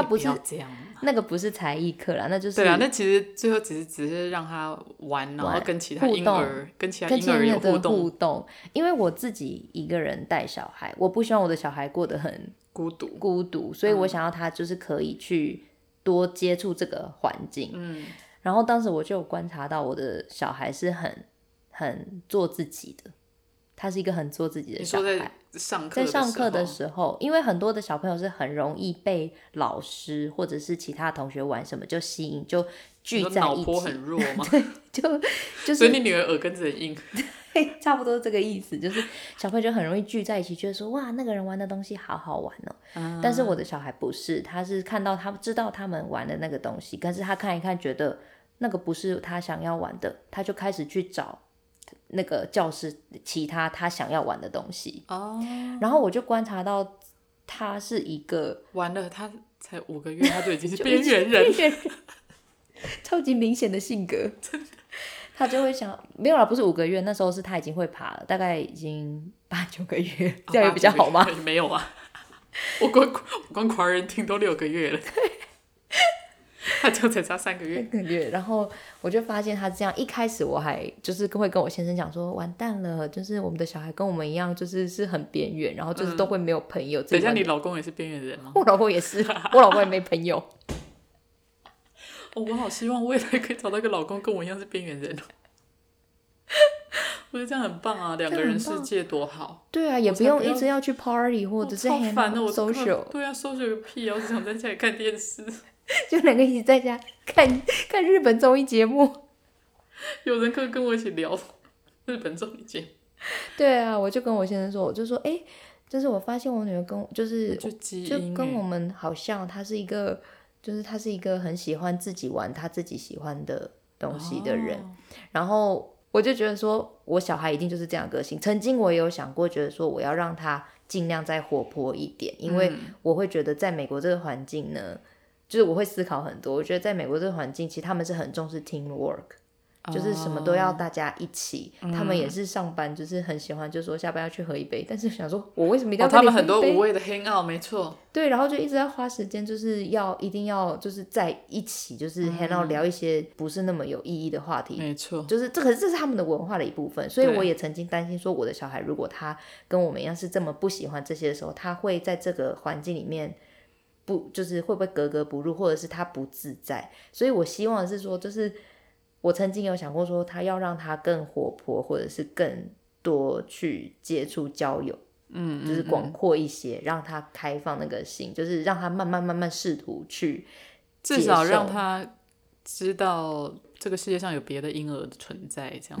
Speaker 1: 可以
Speaker 2: 不
Speaker 1: 不
Speaker 2: 是
Speaker 1: 要这样吗。
Speaker 2: 那个不是才艺课啦，那就是
Speaker 1: 对啊，那其实最后只是只是让他玩，然后
Speaker 2: 玩
Speaker 1: 跟其他
Speaker 2: 互
Speaker 1: 婴
Speaker 2: 动
Speaker 1: 儿跟其他
Speaker 2: 跟
Speaker 1: 婴儿
Speaker 2: 亲
Speaker 1: 有
Speaker 2: 人的
Speaker 1: 互动，
Speaker 2: 互动，因为我自己一个人带小孩，我不希望我的小孩过得很
Speaker 1: 孤独。
Speaker 2: 孤独，所以
Speaker 1: 嗯
Speaker 2: 我想要他就是可以去多接触这个环境。
Speaker 1: 嗯，
Speaker 2: 然后当时我就有观察到我的小孩是很很做自己的，他是一个很做自己的
Speaker 1: 你
Speaker 2: 小
Speaker 1: 说
Speaker 2: 孩
Speaker 1: 在。上课
Speaker 2: 在
Speaker 1: 的
Speaker 2: 上课的
Speaker 1: 时候
Speaker 2: 时候，因为很多的小朋友是很容易被老师或者是其他同学玩什么就吸引，就聚
Speaker 1: 你说
Speaker 2: 在
Speaker 1: 脑
Speaker 2: 一
Speaker 1: 波
Speaker 2: 起，
Speaker 1: 很弱嘛，
Speaker 2: 就就是
Speaker 1: 所以你女儿耳根子很 硬。
Speaker 2: 对，差不多这个意思，就是小朋友就很容易聚在一起，觉得说哇，那个人玩的东西好好玩哦。但是我的小孩不是，他是看到他知道他们玩的那个东西，但是他看一看觉得那个不是他想要玩的，他就开始去找那个教室其他他想要玩的东西。
Speaker 1: 哦，
Speaker 2: 然后我就观察到他是一个
Speaker 1: 完了，他才五个月，他就已经是
Speaker 2: 就
Speaker 1: 边
Speaker 2: 已经
Speaker 1: 缘 人。
Speaker 2: 边缘人，超级明显的性格，他就会想，没有啦，不是五个月，那时候是他已经会爬了，大概已经八九哦个月，这样也比较好吗？
Speaker 1: 八？九个月啊没有啊， 我光我光狂人听都六个月了， 他就才差三个月。
Speaker 2: 个月，然后我就发现他这样，一开始我还就是会跟我先生讲说，完蛋了，就是我们的小孩跟我们一样，就是是很边缘，然后就是都会没有朋友。
Speaker 1: 等一下，
Speaker 2: 自己
Speaker 1: 你
Speaker 2: 玩
Speaker 1: 老公也是边缘人吗？
Speaker 2: 我老公也 是，我老公也没朋友。
Speaker 1: 哦，我好希望未来可以找到一个老公跟我一样是边缘人哦。 我觉得这样很棒啊，两个人世界多好。
Speaker 2: 对啊，也
Speaker 1: 我
Speaker 2: 不
Speaker 1: 才
Speaker 2: 用
Speaker 1: 不
Speaker 2: 一
Speaker 1: 要
Speaker 2: 直要去 party 或者是
Speaker 1: 我超烦的，我
Speaker 2: hang out
Speaker 1: 根本
Speaker 2: social。
Speaker 1: 对啊，social 个屁啊！我只想在家里看电视。
Speaker 2: 就两个一起在家看看日本综艺节目。
Speaker 1: 有人可以跟我一起聊 日本综艺节目，
Speaker 2: 对啊，我就跟我先生说，我就说，哎、就是我发现我女儿跟就是
Speaker 1: 就基
Speaker 2: 就
Speaker 1: 因
Speaker 2: 跟
Speaker 1: 欸
Speaker 2: 我们好像，她是一个就是她是一个很喜欢自己玩她自己喜欢的东西的人。
Speaker 1: 哦
Speaker 2: 然后我就觉得说，我小孩一定就是这样的个性。曾经我也有想过，觉得说我要让他尽量再活泼一点，因
Speaker 1: 嗯
Speaker 2: 为我会觉得在美国这个环境呢，就是我会思考很多。我觉得在美国这个环境，其实他们是很重视 team work。就是
Speaker 1: 哦
Speaker 2: 什么都要大家一起，他
Speaker 1: 嗯
Speaker 2: 们也是上班，就是很喜欢，就说下班要去喝一杯。但是想说，我为什么一定
Speaker 1: 哦
Speaker 2: 要、
Speaker 1: 他们很多
Speaker 2: 杯？
Speaker 1: 无谓的 hang out，没错，
Speaker 2: 对，然后就一直在花时间，就是要一定要就是在一起，就是
Speaker 1: 嗯
Speaker 2: 还要聊一些不是那么有意义的话题，
Speaker 1: 没错。
Speaker 2: 就是这可是这是他们的文化的一部分，所以
Speaker 1: 对
Speaker 2: 我也曾经担心说，我的小孩如果他跟我们一样是这么不喜欢这些的时候，他会在这个环境里面不就是会不会格格不入，或者是他不自在。所以我希望的是说，就是我曾经有想过说，他要让他更活泼，或者是更多去接触交友，嗯，就是广阔一些，让他开放那个心，就是让他慢慢慢慢试图去
Speaker 1: 至少
Speaker 2: 接受
Speaker 1: 让他知道这个世界上有别的婴儿的存在，这 样。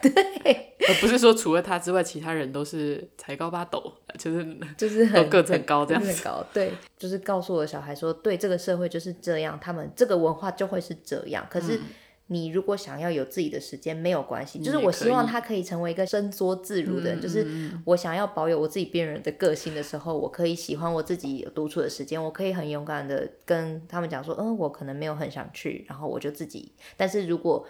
Speaker 1: 对，而不是说除了他之外，其他人都是才高八斗，就是
Speaker 2: 就是
Speaker 1: 都
Speaker 2: 很
Speaker 1: 个子很高 这样。
Speaker 2: 很高，对，就是告诉我的小孩说，对，这个社会就是这样，他们这个文化就会是这样。可是你如果想要有自己的时间，没有关系，就是
Speaker 1: 也
Speaker 2: 我
Speaker 1: 可
Speaker 2: 希望
Speaker 1: 以嗯
Speaker 2: 他可以成为一个伸缩自如的人，就是我想要保有我自己边缘的个性的时候，我可以喜欢我自己有独处的时间，我可以很勇敢的跟他们讲说，嗯，我可能没有很想去，然后我就自己。但是如果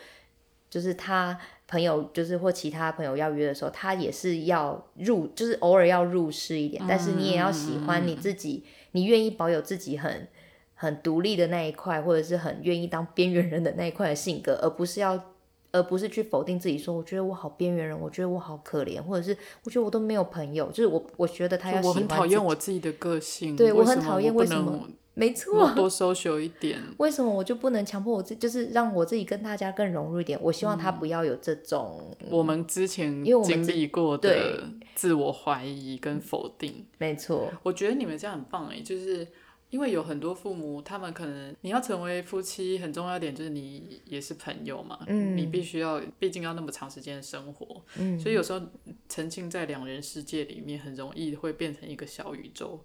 Speaker 2: 就是他朋友就是或其他朋友要约的时候，他也是要入，就是偶尔要入世一点，但是你也要喜欢
Speaker 1: 嗯
Speaker 2: 你自己，你愿意保有自己很很独立的那一块，或者是很愿意当边缘人的那一块的性格，而不是要。而不是去否定自己说我觉得我好边缘人，我觉得我好可怜，或者是我觉得我都没有朋友，就是我我觉得他要喜
Speaker 1: 我
Speaker 2: 欢
Speaker 1: 很讨
Speaker 2: 自
Speaker 1: 厌我自己的个性，
Speaker 2: 对我
Speaker 1: 为
Speaker 2: 很
Speaker 1: 什么
Speaker 2: 讨
Speaker 1: 我
Speaker 2: 厌
Speaker 1: 不
Speaker 2: 为什
Speaker 1: 能
Speaker 2: 么没错，
Speaker 1: 我多 social 一点。
Speaker 2: 为什么我就不能强迫我自己，就是让我自己跟大家更融入一点？我希望他
Speaker 1: 嗯
Speaker 2: 不要有这种，
Speaker 1: 我们之前
Speaker 2: 为我们
Speaker 1: 经
Speaker 2: 自
Speaker 1: 历过
Speaker 2: 对
Speaker 1: 的自我怀疑跟否定，
Speaker 2: 没错，
Speaker 1: 我觉得你们这样很棒哎、就是因为有很多父母，他们可能你要成为夫妻，很重要一点就是你也是朋友嘛，
Speaker 2: 嗯
Speaker 1: 你必须要，毕竟要那么长时间的生活，
Speaker 2: 嗯
Speaker 1: 所以有时候沉浸在两人世界里面，很容易会变成一个小宇宙。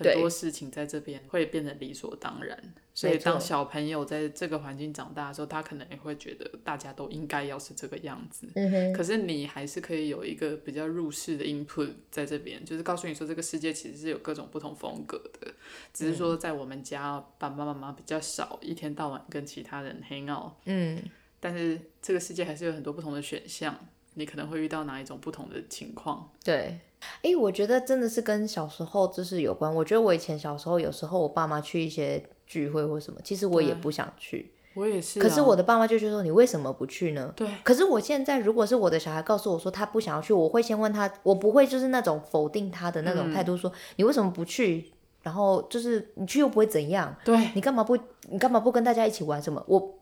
Speaker 1: 很
Speaker 2: 对
Speaker 1: 多事情在这边会变成理所当然，所以
Speaker 2: 没错
Speaker 1: 当小朋友在这个环境长大的时候，他可能也会觉得大家都应该要是这个样子。
Speaker 2: 嗯哼，
Speaker 1: 可是你还是可以有一个比较入世的 input 在这边，就是告诉你说这个世界其实是有各种不同风格的，只是
Speaker 2: 嗯
Speaker 1: 说在我们家爸爸妈妈比较少一天到晚跟其他人 hang out，
Speaker 2: 嗯，
Speaker 1: 但是这个世界还是有很多不同的选项，你可能会遇到哪一种不同的情况。
Speaker 2: 对。哎，我觉得真的是跟小时候就是有关。我觉得我以前小时候，有时候我爸妈去一些聚会或什么，其实我也不想去，
Speaker 1: 我也是、啊
Speaker 2: 可是我的爸妈就觉得说你为什么不去呢？
Speaker 1: 对
Speaker 2: 可是我现在，如果是我的小孩告诉我说他不想要去，我会先问他，我不会就是那种否定他的那种
Speaker 1: 嗯
Speaker 2: 态度说，你为什么不去？然后就是你去又不会怎样，
Speaker 1: 对
Speaker 2: 你干嘛不你干嘛不跟大家一起玩什么？我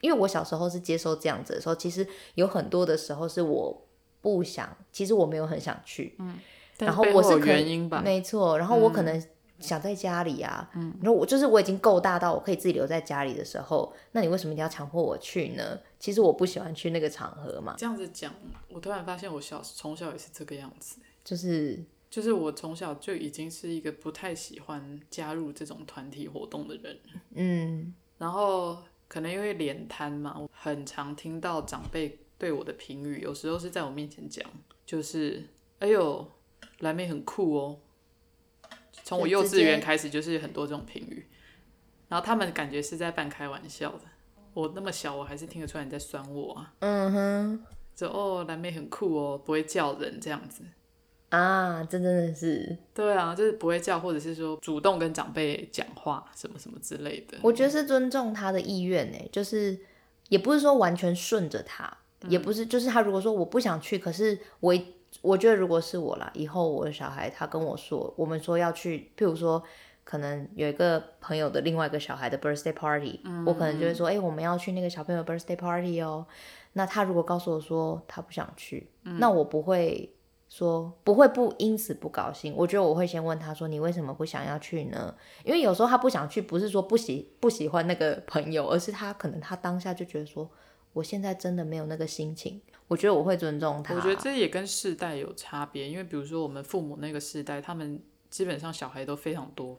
Speaker 2: 因为我小时候是接受这样子的时候，其实有很多的时候是我不想，其实我没有很想去，
Speaker 1: 但
Speaker 2: 然
Speaker 1: 是
Speaker 2: 后
Speaker 1: 背
Speaker 2: 我
Speaker 1: 后有
Speaker 2: 是可以
Speaker 1: 原因吧，嗯
Speaker 2: 没错，然后我可能想在家里啊，然后我就是我已经够大到我可以自己留在家里的时候，那你为什么一定要强迫我去呢？其实我不喜欢去那个场合嘛，
Speaker 1: 这样子讲，我突然发现我小从小也是这个样子。
Speaker 2: 就是
Speaker 1: 就是我从小就已经是一个不太喜欢加入这种团体活动的人，
Speaker 2: 嗯
Speaker 1: 然后可能因为脸瘫嘛，我很常听到长辈对我的评语，有时候是在我面前讲，就是哎呦，蓝妹很酷哦。从我幼稚园开始就是很多这种评语，然后他们感觉是在半开玩笑的。我那么小，我还是听得出来你在酸我啊，
Speaker 2: 嗯哼
Speaker 1: 就哦，蓝妹很酷哦，不会叫人这样子。
Speaker 2: 啊，这真的是，
Speaker 1: 对啊，就是不会叫，或者是说主动跟长辈讲话什么什么之类的。
Speaker 2: 我觉得是尊重他的意愿呢、欸就是也不是说完全顺着他，也不是就是他如果说我不想去，可是我一我觉得如果是我啦，以后我的小孩他跟我说，我们说要去，譬如说。可能有一个朋友的另外一个小孩的 birthday party，、我可能就会说，哎、我们要去那个小朋友的 birthday party 哦。那他如果告诉我说他不想去，
Speaker 1: 嗯
Speaker 2: 那我不会说不会不因此不高兴。我觉得我会先问他说，你为什么不想要去呢？因为有时候他不想去，不是说不喜不喜欢那个朋友，而是他可能他当下就觉得说，我现在真的没有那个心情。我觉得我会尊重他。
Speaker 1: 我觉得这也跟世代有差别，因为比如说我们父母那个世代，他们基本上小孩都非常多，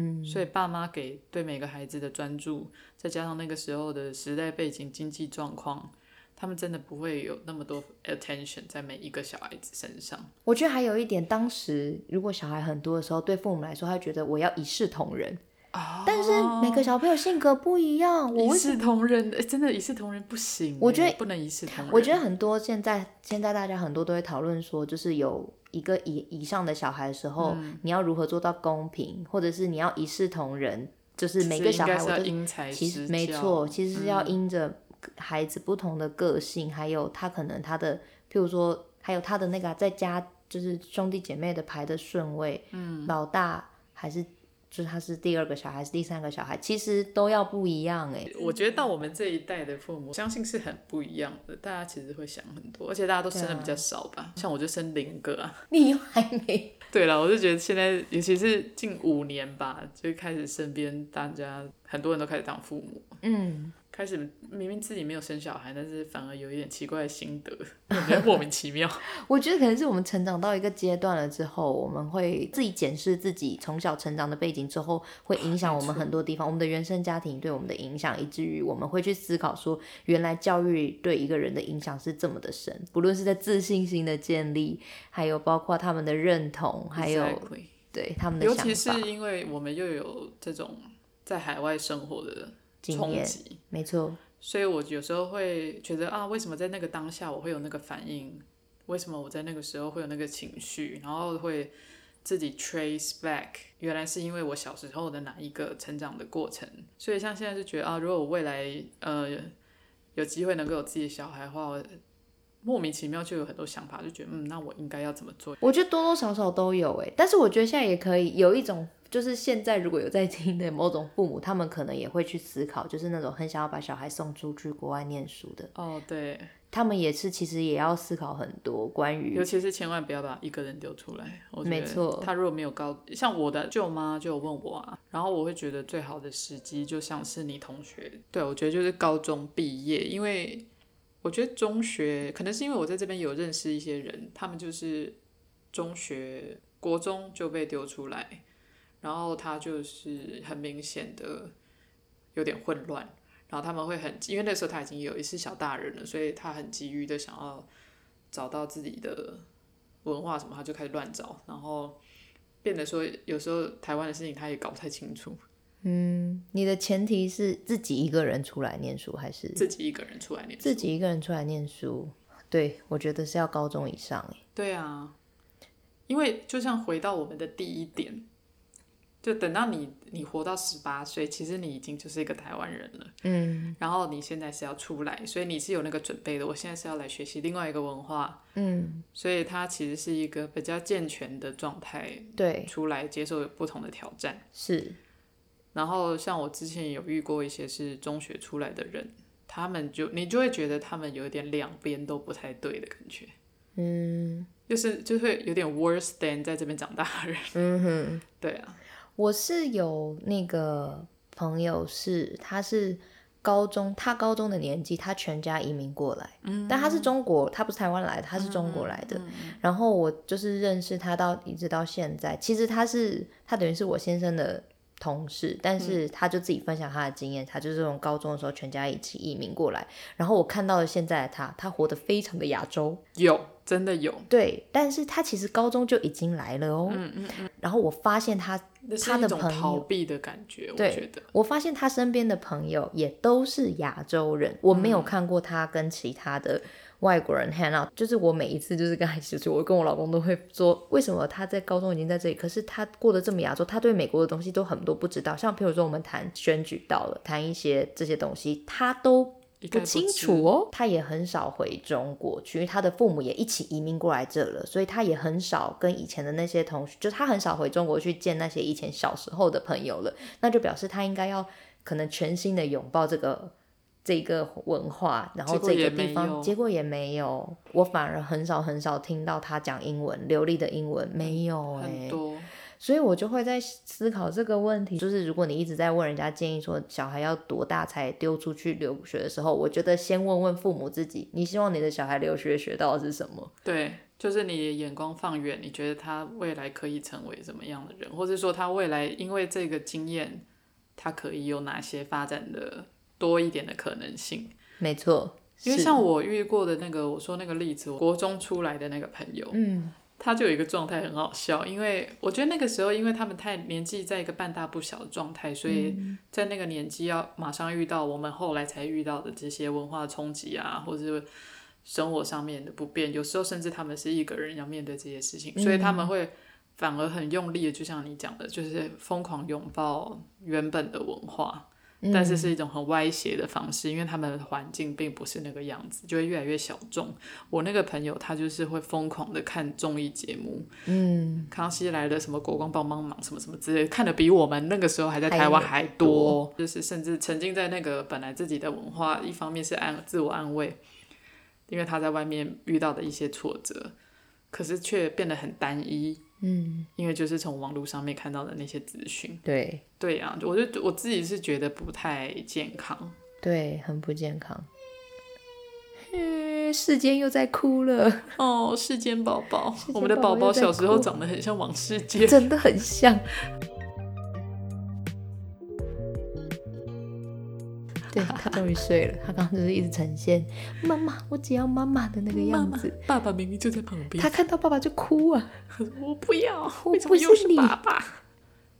Speaker 1: 嗯，所以爸妈给对每个孩子的专注，再加上那个时候的时代背景、经济状况，他们真的不会有那么多 attention 在每一个小孩子身上。
Speaker 2: 我觉得还有一点，当时如果小孩很多的时候，对父母来说，他会觉得我要一视同仁。
Speaker 1: 啊
Speaker 2: 哦但是每个小朋友性格不 一样，我
Speaker 1: 一
Speaker 2: 为
Speaker 1: 视同仁，诶真的，一视同仁不行诶。
Speaker 2: 我觉得
Speaker 1: 不能一视同仁。
Speaker 2: 我觉得很多现在现在大家很多都会讨论说，就是有一个以以上的小孩的时候，你要如何做到公平，或者是你要一视同仁，就是每个小
Speaker 1: 其实应
Speaker 2: 孩
Speaker 1: 该
Speaker 2: 我
Speaker 1: 是要
Speaker 2: 都
Speaker 1: 因材
Speaker 2: 其实
Speaker 1: 施
Speaker 2: 没
Speaker 1: 教嗯
Speaker 2: 错，其实是要因着孩子不同的个性，还有他可能他的，譬如说，还有他的那个啊在家就是兄弟姐妹的排的顺位，嗯，老大还是就是他是第二个小孩，还是第三个小孩，其实都要不一样哎、
Speaker 1: 我觉得到我们这一代的父母，相信是很不一样的。大家其实会想很多，而且大家都生的
Speaker 2: 啊
Speaker 1: 比较少吧。像我就生零个啊。
Speaker 2: 你还没
Speaker 1: 对了，我就觉得现在，尤其是近五年吧，就开始身边大家很多人都开始当父母，
Speaker 2: 嗯，
Speaker 1: 开始明明自己没有生小孩，但是反而有一点奇怪的心得，有点莫名其妙。
Speaker 2: 我觉得可能是我们成长到一个阶段了之后，我们会自己检视自己从小成长的背景之后，会影响我们很多地方，我们的原生家庭对我们的影响，以至于我们会去思考说，原来教育对一个人的影响是这么的深，不论是在自信心的建立，还有包括他们的认同，哦还有
Speaker 1: Exactly
Speaker 2: 对他们的
Speaker 1: 尤
Speaker 2: 想
Speaker 1: 其
Speaker 2: 法、
Speaker 1: 是因为我们又有这种在海外生活的
Speaker 2: 经
Speaker 1: 冲
Speaker 2: 验，
Speaker 1: 击，
Speaker 2: 没错，
Speaker 1: 所以我有时候会觉得啊，为什么在那个当下我会有那个反应？为什么我在那个时候会有那个情绪？然后会自己 trace back，原来是因为我小时候的哪一个成长的过程。所以像现在是觉得啊，如果我未来呃有机会能够有自己的小孩的话，我莫名其妙就有很多想法，就觉得嗯，那我应该要怎么做？
Speaker 2: 我觉得多多少少都有哎、但是我觉得现在也可以有一种，就是现在如果有在听的某种父母，他们可能也会去思考，就是那种很想要把小孩送出去国外念书的，
Speaker 1: 哦，对，
Speaker 2: 他们也是其实也要思考很多关于
Speaker 1: 尤其是千万不要把一个人丢出来。我觉得
Speaker 2: 没错
Speaker 1: 他如果没有高，像我的舅妈就有问我啊，然后我会觉得最好的时机就像是你同学，对我觉得就是高中毕业，因为我觉得中学可能是因为我在这边有认识一些人，他们就是中学、国中就被丢出来，然后他就是很明显的有点混乱。然后他们会很，因为那时候他已经有一是小大人了，所以他很急于的想要找到自己的文化什么，他就开始乱找，然后变得说有时候台湾的事情他也搞不太清楚，
Speaker 2: 嗯，你的前提是自己一个人出来念书还是
Speaker 1: 自己一个人出来念。
Speaker 2: 自己一个人出来念书？对，我觉得是要高中以上哎、
Speaker 1: 对啊，因为就像回到我们的第一点，就等到你你活到十八岁，其实你已经就是一个台湾人了。
Speaker 2: 嗯，
Speaker 1: 然后你现在是要出来，所以你是有那个准备的。我现在是要来学习另外一个文化，嗯，所以它其实是一个比较健全的状态，
Speaker 2: 对，
Speaker 1: 出来接受不同的挑战。
Speaker 2: 是
Speaker 1: 然后像我之前有遇过一些是中学出来的人，他们就你就会觉得他们有一点两边都不太对的感觉，嗯，就是就会有点 worse than 在这边长大的人， 嗯哼，对啊，
Speaker 2: 我是有那个朋友是，他是高中，他高中的年纪，他全家移民过来，嗯，但他是中国，他不是台湾来的，他是中国来的。然后我就是认识他到一直到现在，其实他是他等于是我先生的同事，但是他就自己分享他的经验，他就是从高中的时候全家一起移民过来，然后我看到了现在的他，他活得非常的亚洲，
Speaker 1: 有真的有，
Speaker 2: 对，但是他其实高中就已经来了哦，嗯嗯嗯，然后我发现他
Speaker 1: 那是
Speaker 2: 他
Speaker 1: 一
Speaker 2: 的
Speaker 1: 种
Speaker 2: 朋友
Speaker 1: 逃避的感觉，我
Speaker 2: 对
Speaker 1: 觉得，
Speaker 2: 我发现他身边的朋友也都是亚洲人，我没
Speaker 1: 嗯
Speaker 2: 有看过他跟其他的外国人 hang out。就是我每一次就是跟他一起出去，我跟我老公都会说，为什么他在高中已经在这里，可是他过得这么亚洲，他对美国的东西都很多不知道。像譬如说我们谈选举到了，谈一些这些东西，他都。
Speaker 1: 一概
Speaker 2: 不
Speaker 1: 不
Speaker 2: 清
Speaker 1: 知
Speaker 2: 楚哦，他也很少回中国去，因为他的父母也一起移民过来这了，所以他也很少跟以前的那些同学，就他很少回中国去见那些以前小时候的朋友了。那就表示他应该要可能全心的拥抱这个这个文化，然后
Speaker 1: 结果
Speaker 2: 这
Speaker 1: 也
Speaker 2: 个
Speaker 1: 没
Speaker 2: 地方，
Speaker 1: 有
Speaker 2: 结果也没有。我反而很少很少听到他讲英文流利的英文，没有哎、
Speaker 1: 很多。
Speaker 2: 所以我就会在思考这个问题，就是如果你一直在问人家建议说小孩要多大才丢出去留学的时候，我觉得先问问父母自己，你希望你的小孩留学学到的是什么？
Speaker 1: 对，就是你的眼光放远，你觉得他未来可以成为怎么样的人，或者说他未来因为这个经验，他可以有哪些发展的多一点的可能性？
Speaker 2: 没错，
Speaker 1: 因为
Speaker 2: 是
Speaker 1: 像我遇过的那个，我说那个例子，我国中出来的那个朋友，
Speaker 2: 嗯
Speaker 1: 他就有一个状态很好笑，因为我觉得那个时候，因为他们太年纪在一个半大不小的状态，所以
Speaker 2: 嗯
Speaker 1: 在那个年纪要马上遇到我们后来才遇到的这些文化冲击啊，或者是生活上面的不便，有时候甚至他们是一个人要面对这些事情，所以他
Speaker 2: 嗯
Speaker 1: 们会反而很用力的，就像你讲的，就是疯狂拥抱原本的文化，但是是一种很歪斜的方式，因为他们的环境并不是那个样子，就会越来越小众。我那个朋友他就是会疯狂的看综艺节目，
Speaker 2: 嗯，
Speaker 1: 康熙来了，什么国光帮帮忙，什么什么之类的，看的比我们那个时候还在台湾还多，就是甚至沉浸在那个本来自己的文化，一方面是安自我安慰，因为他在外面遇到的一些挫折，可是却变得很单一，嗯，因为就是从网络上面看到的那些资讯，
Speaker 2: 对
Speaker 1: 对呀、我就我自己是觉得不太健康，
Speaker 2: 对，很不健康。嘿世间又在哭了，
Speaker 1: 哦，世间宝宝，
Speaker 2: 间
Speaker 1: 我们的宝
Speaker 2: 宝宝
Speaker 1: 宝
Speaker 2: 又在
Speaker 1: 小时候
Speaker 2: 哭
Speaker 1: 长得很像王 世杰，
Speaker 2: 真的很像。对他终于睡了，他刚刚就是一直呈现妈妈，我只要妈妈的那个
Speaker 1: 妈
Speaker 2: 样
Speaker 1: 妈
Speaker 2: 子。，
Speaker 1: 爸爸明明就在旁边，
Speaker 2: 他看到爸爸就哭啊。
Speaker 1: 我不要，
Speaker 2: 我
Speaker 1: 为什
Speaker 2: 不
Speaker 1: 么又
Speaker 2: 是
Speaker 1: 是
Speaker 2: 你
Speaker 1: 爸爸？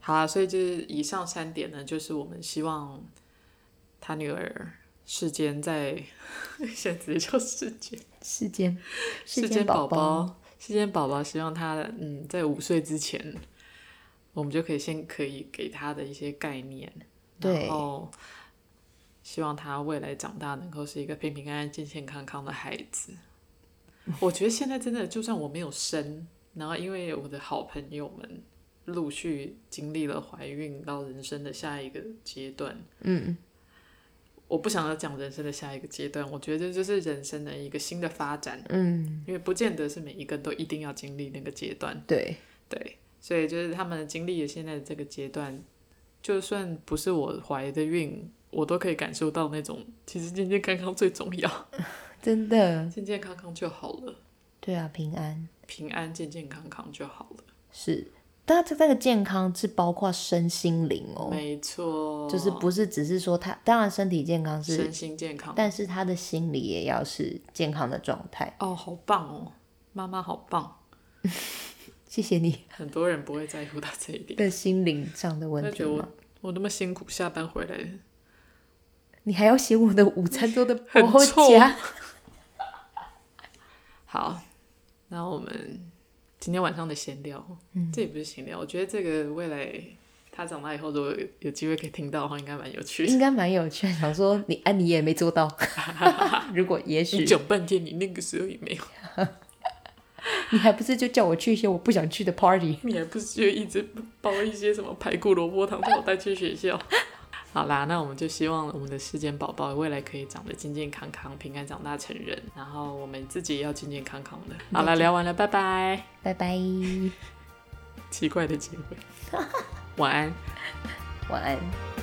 Speaker 1: 好啊，所以就是以上三点呢，就是我们希望他女儿世间在，现在直接叫世间，
Speaker 2: 世间，
Speaker 1: 世间
Speaker 2: 间
Speaker 1: 宝
Speaker 2: 宝，
Speaker 1: 宝，世间宝宝，希望他嗯，在五岁之前，我们就可以先可以给他的一些概念，
Speaker 2: 对
Speaker 1: 然后希望他未来长大能够是一个平平安安、健健康康的孩子。我觉得现在真的，就算我没有生，然后因为我的好朋友们陆续经历了怀孕到人生的下一个阶段，
Speaker 2: 嗯，
Speaker 1: 我不想要讲人生的下一个阶段，我觉得这就是人生的一个新的发展，
Speaker 2: 嗯，
Speaker 1: 因为不见得是每一个人都一定要经历那个阶段，
Speaker 2: 对，
Speaker 1: 对，所以就是他们经历了现在的这个阶段，就算不是我怀的孕，我都可以感受到那种其实健健康康最重要，
Speaker 2: 真的，
Speaker 1: 健健康康就好了，
Speaker 2: 对啊，平安
Speaker 1: 平安健健康康就好了，
Speaker 2: 是，但这这个健康是包括身心灵哦，
Speaker 1: 没错，
Speaker 2: 就是不是只是说他，当然身体健康是，
Speaker 1: 身心健康。
Speaker 2: 但是他的心理也要是健康的状态。
Speaker 1: 哦，好棒哦，妈妈好棒，
Speaker 2: 谢谢 你
Speaker 1: 很多人不会在乎到这一点。
Speaker 2: 的心灵上的
Speaker 1: 他
Speaker 2: 问题
Speaker 1: 觉得我
Speaker 2: 吗？
Speaker 1: 我那么辛苦下班回来
Speaker 2: 你还要嫌我的午餐做的
Speaker 1: 很
Speaker 2: 不
Speaker 1: 臭
Speaker 2: 佳？
Speaker 1: 好，那我们今天晚上的闲聊，嗯，这也不是闲聊，我觉得这个未来他长大以后，如果有有机会可以听到的话，应该蛮有趣 的。
Speaker 2: 应该蛮有趣的。想说你，哎、你也没做到。 如果也许
Speaker 1: 你讲半天，你那个时候也没有，
Speaker 2: 你还不是就叫我去一些我不想去的 party？
Speaker 1: 你还不是就一直包一些什么排骨萝卜汤把我带去学校？ 好啦，那我们就希望我们的世间宝宝未来可以长得健健康康、平安长大成人，然后我们自己也要健健康康的。好啦，聊完了，拜拜。
Speaker 2: 拜拜，
Speaker 1: 奇怪的结尾，晚安。
Speaker 2: 晚安。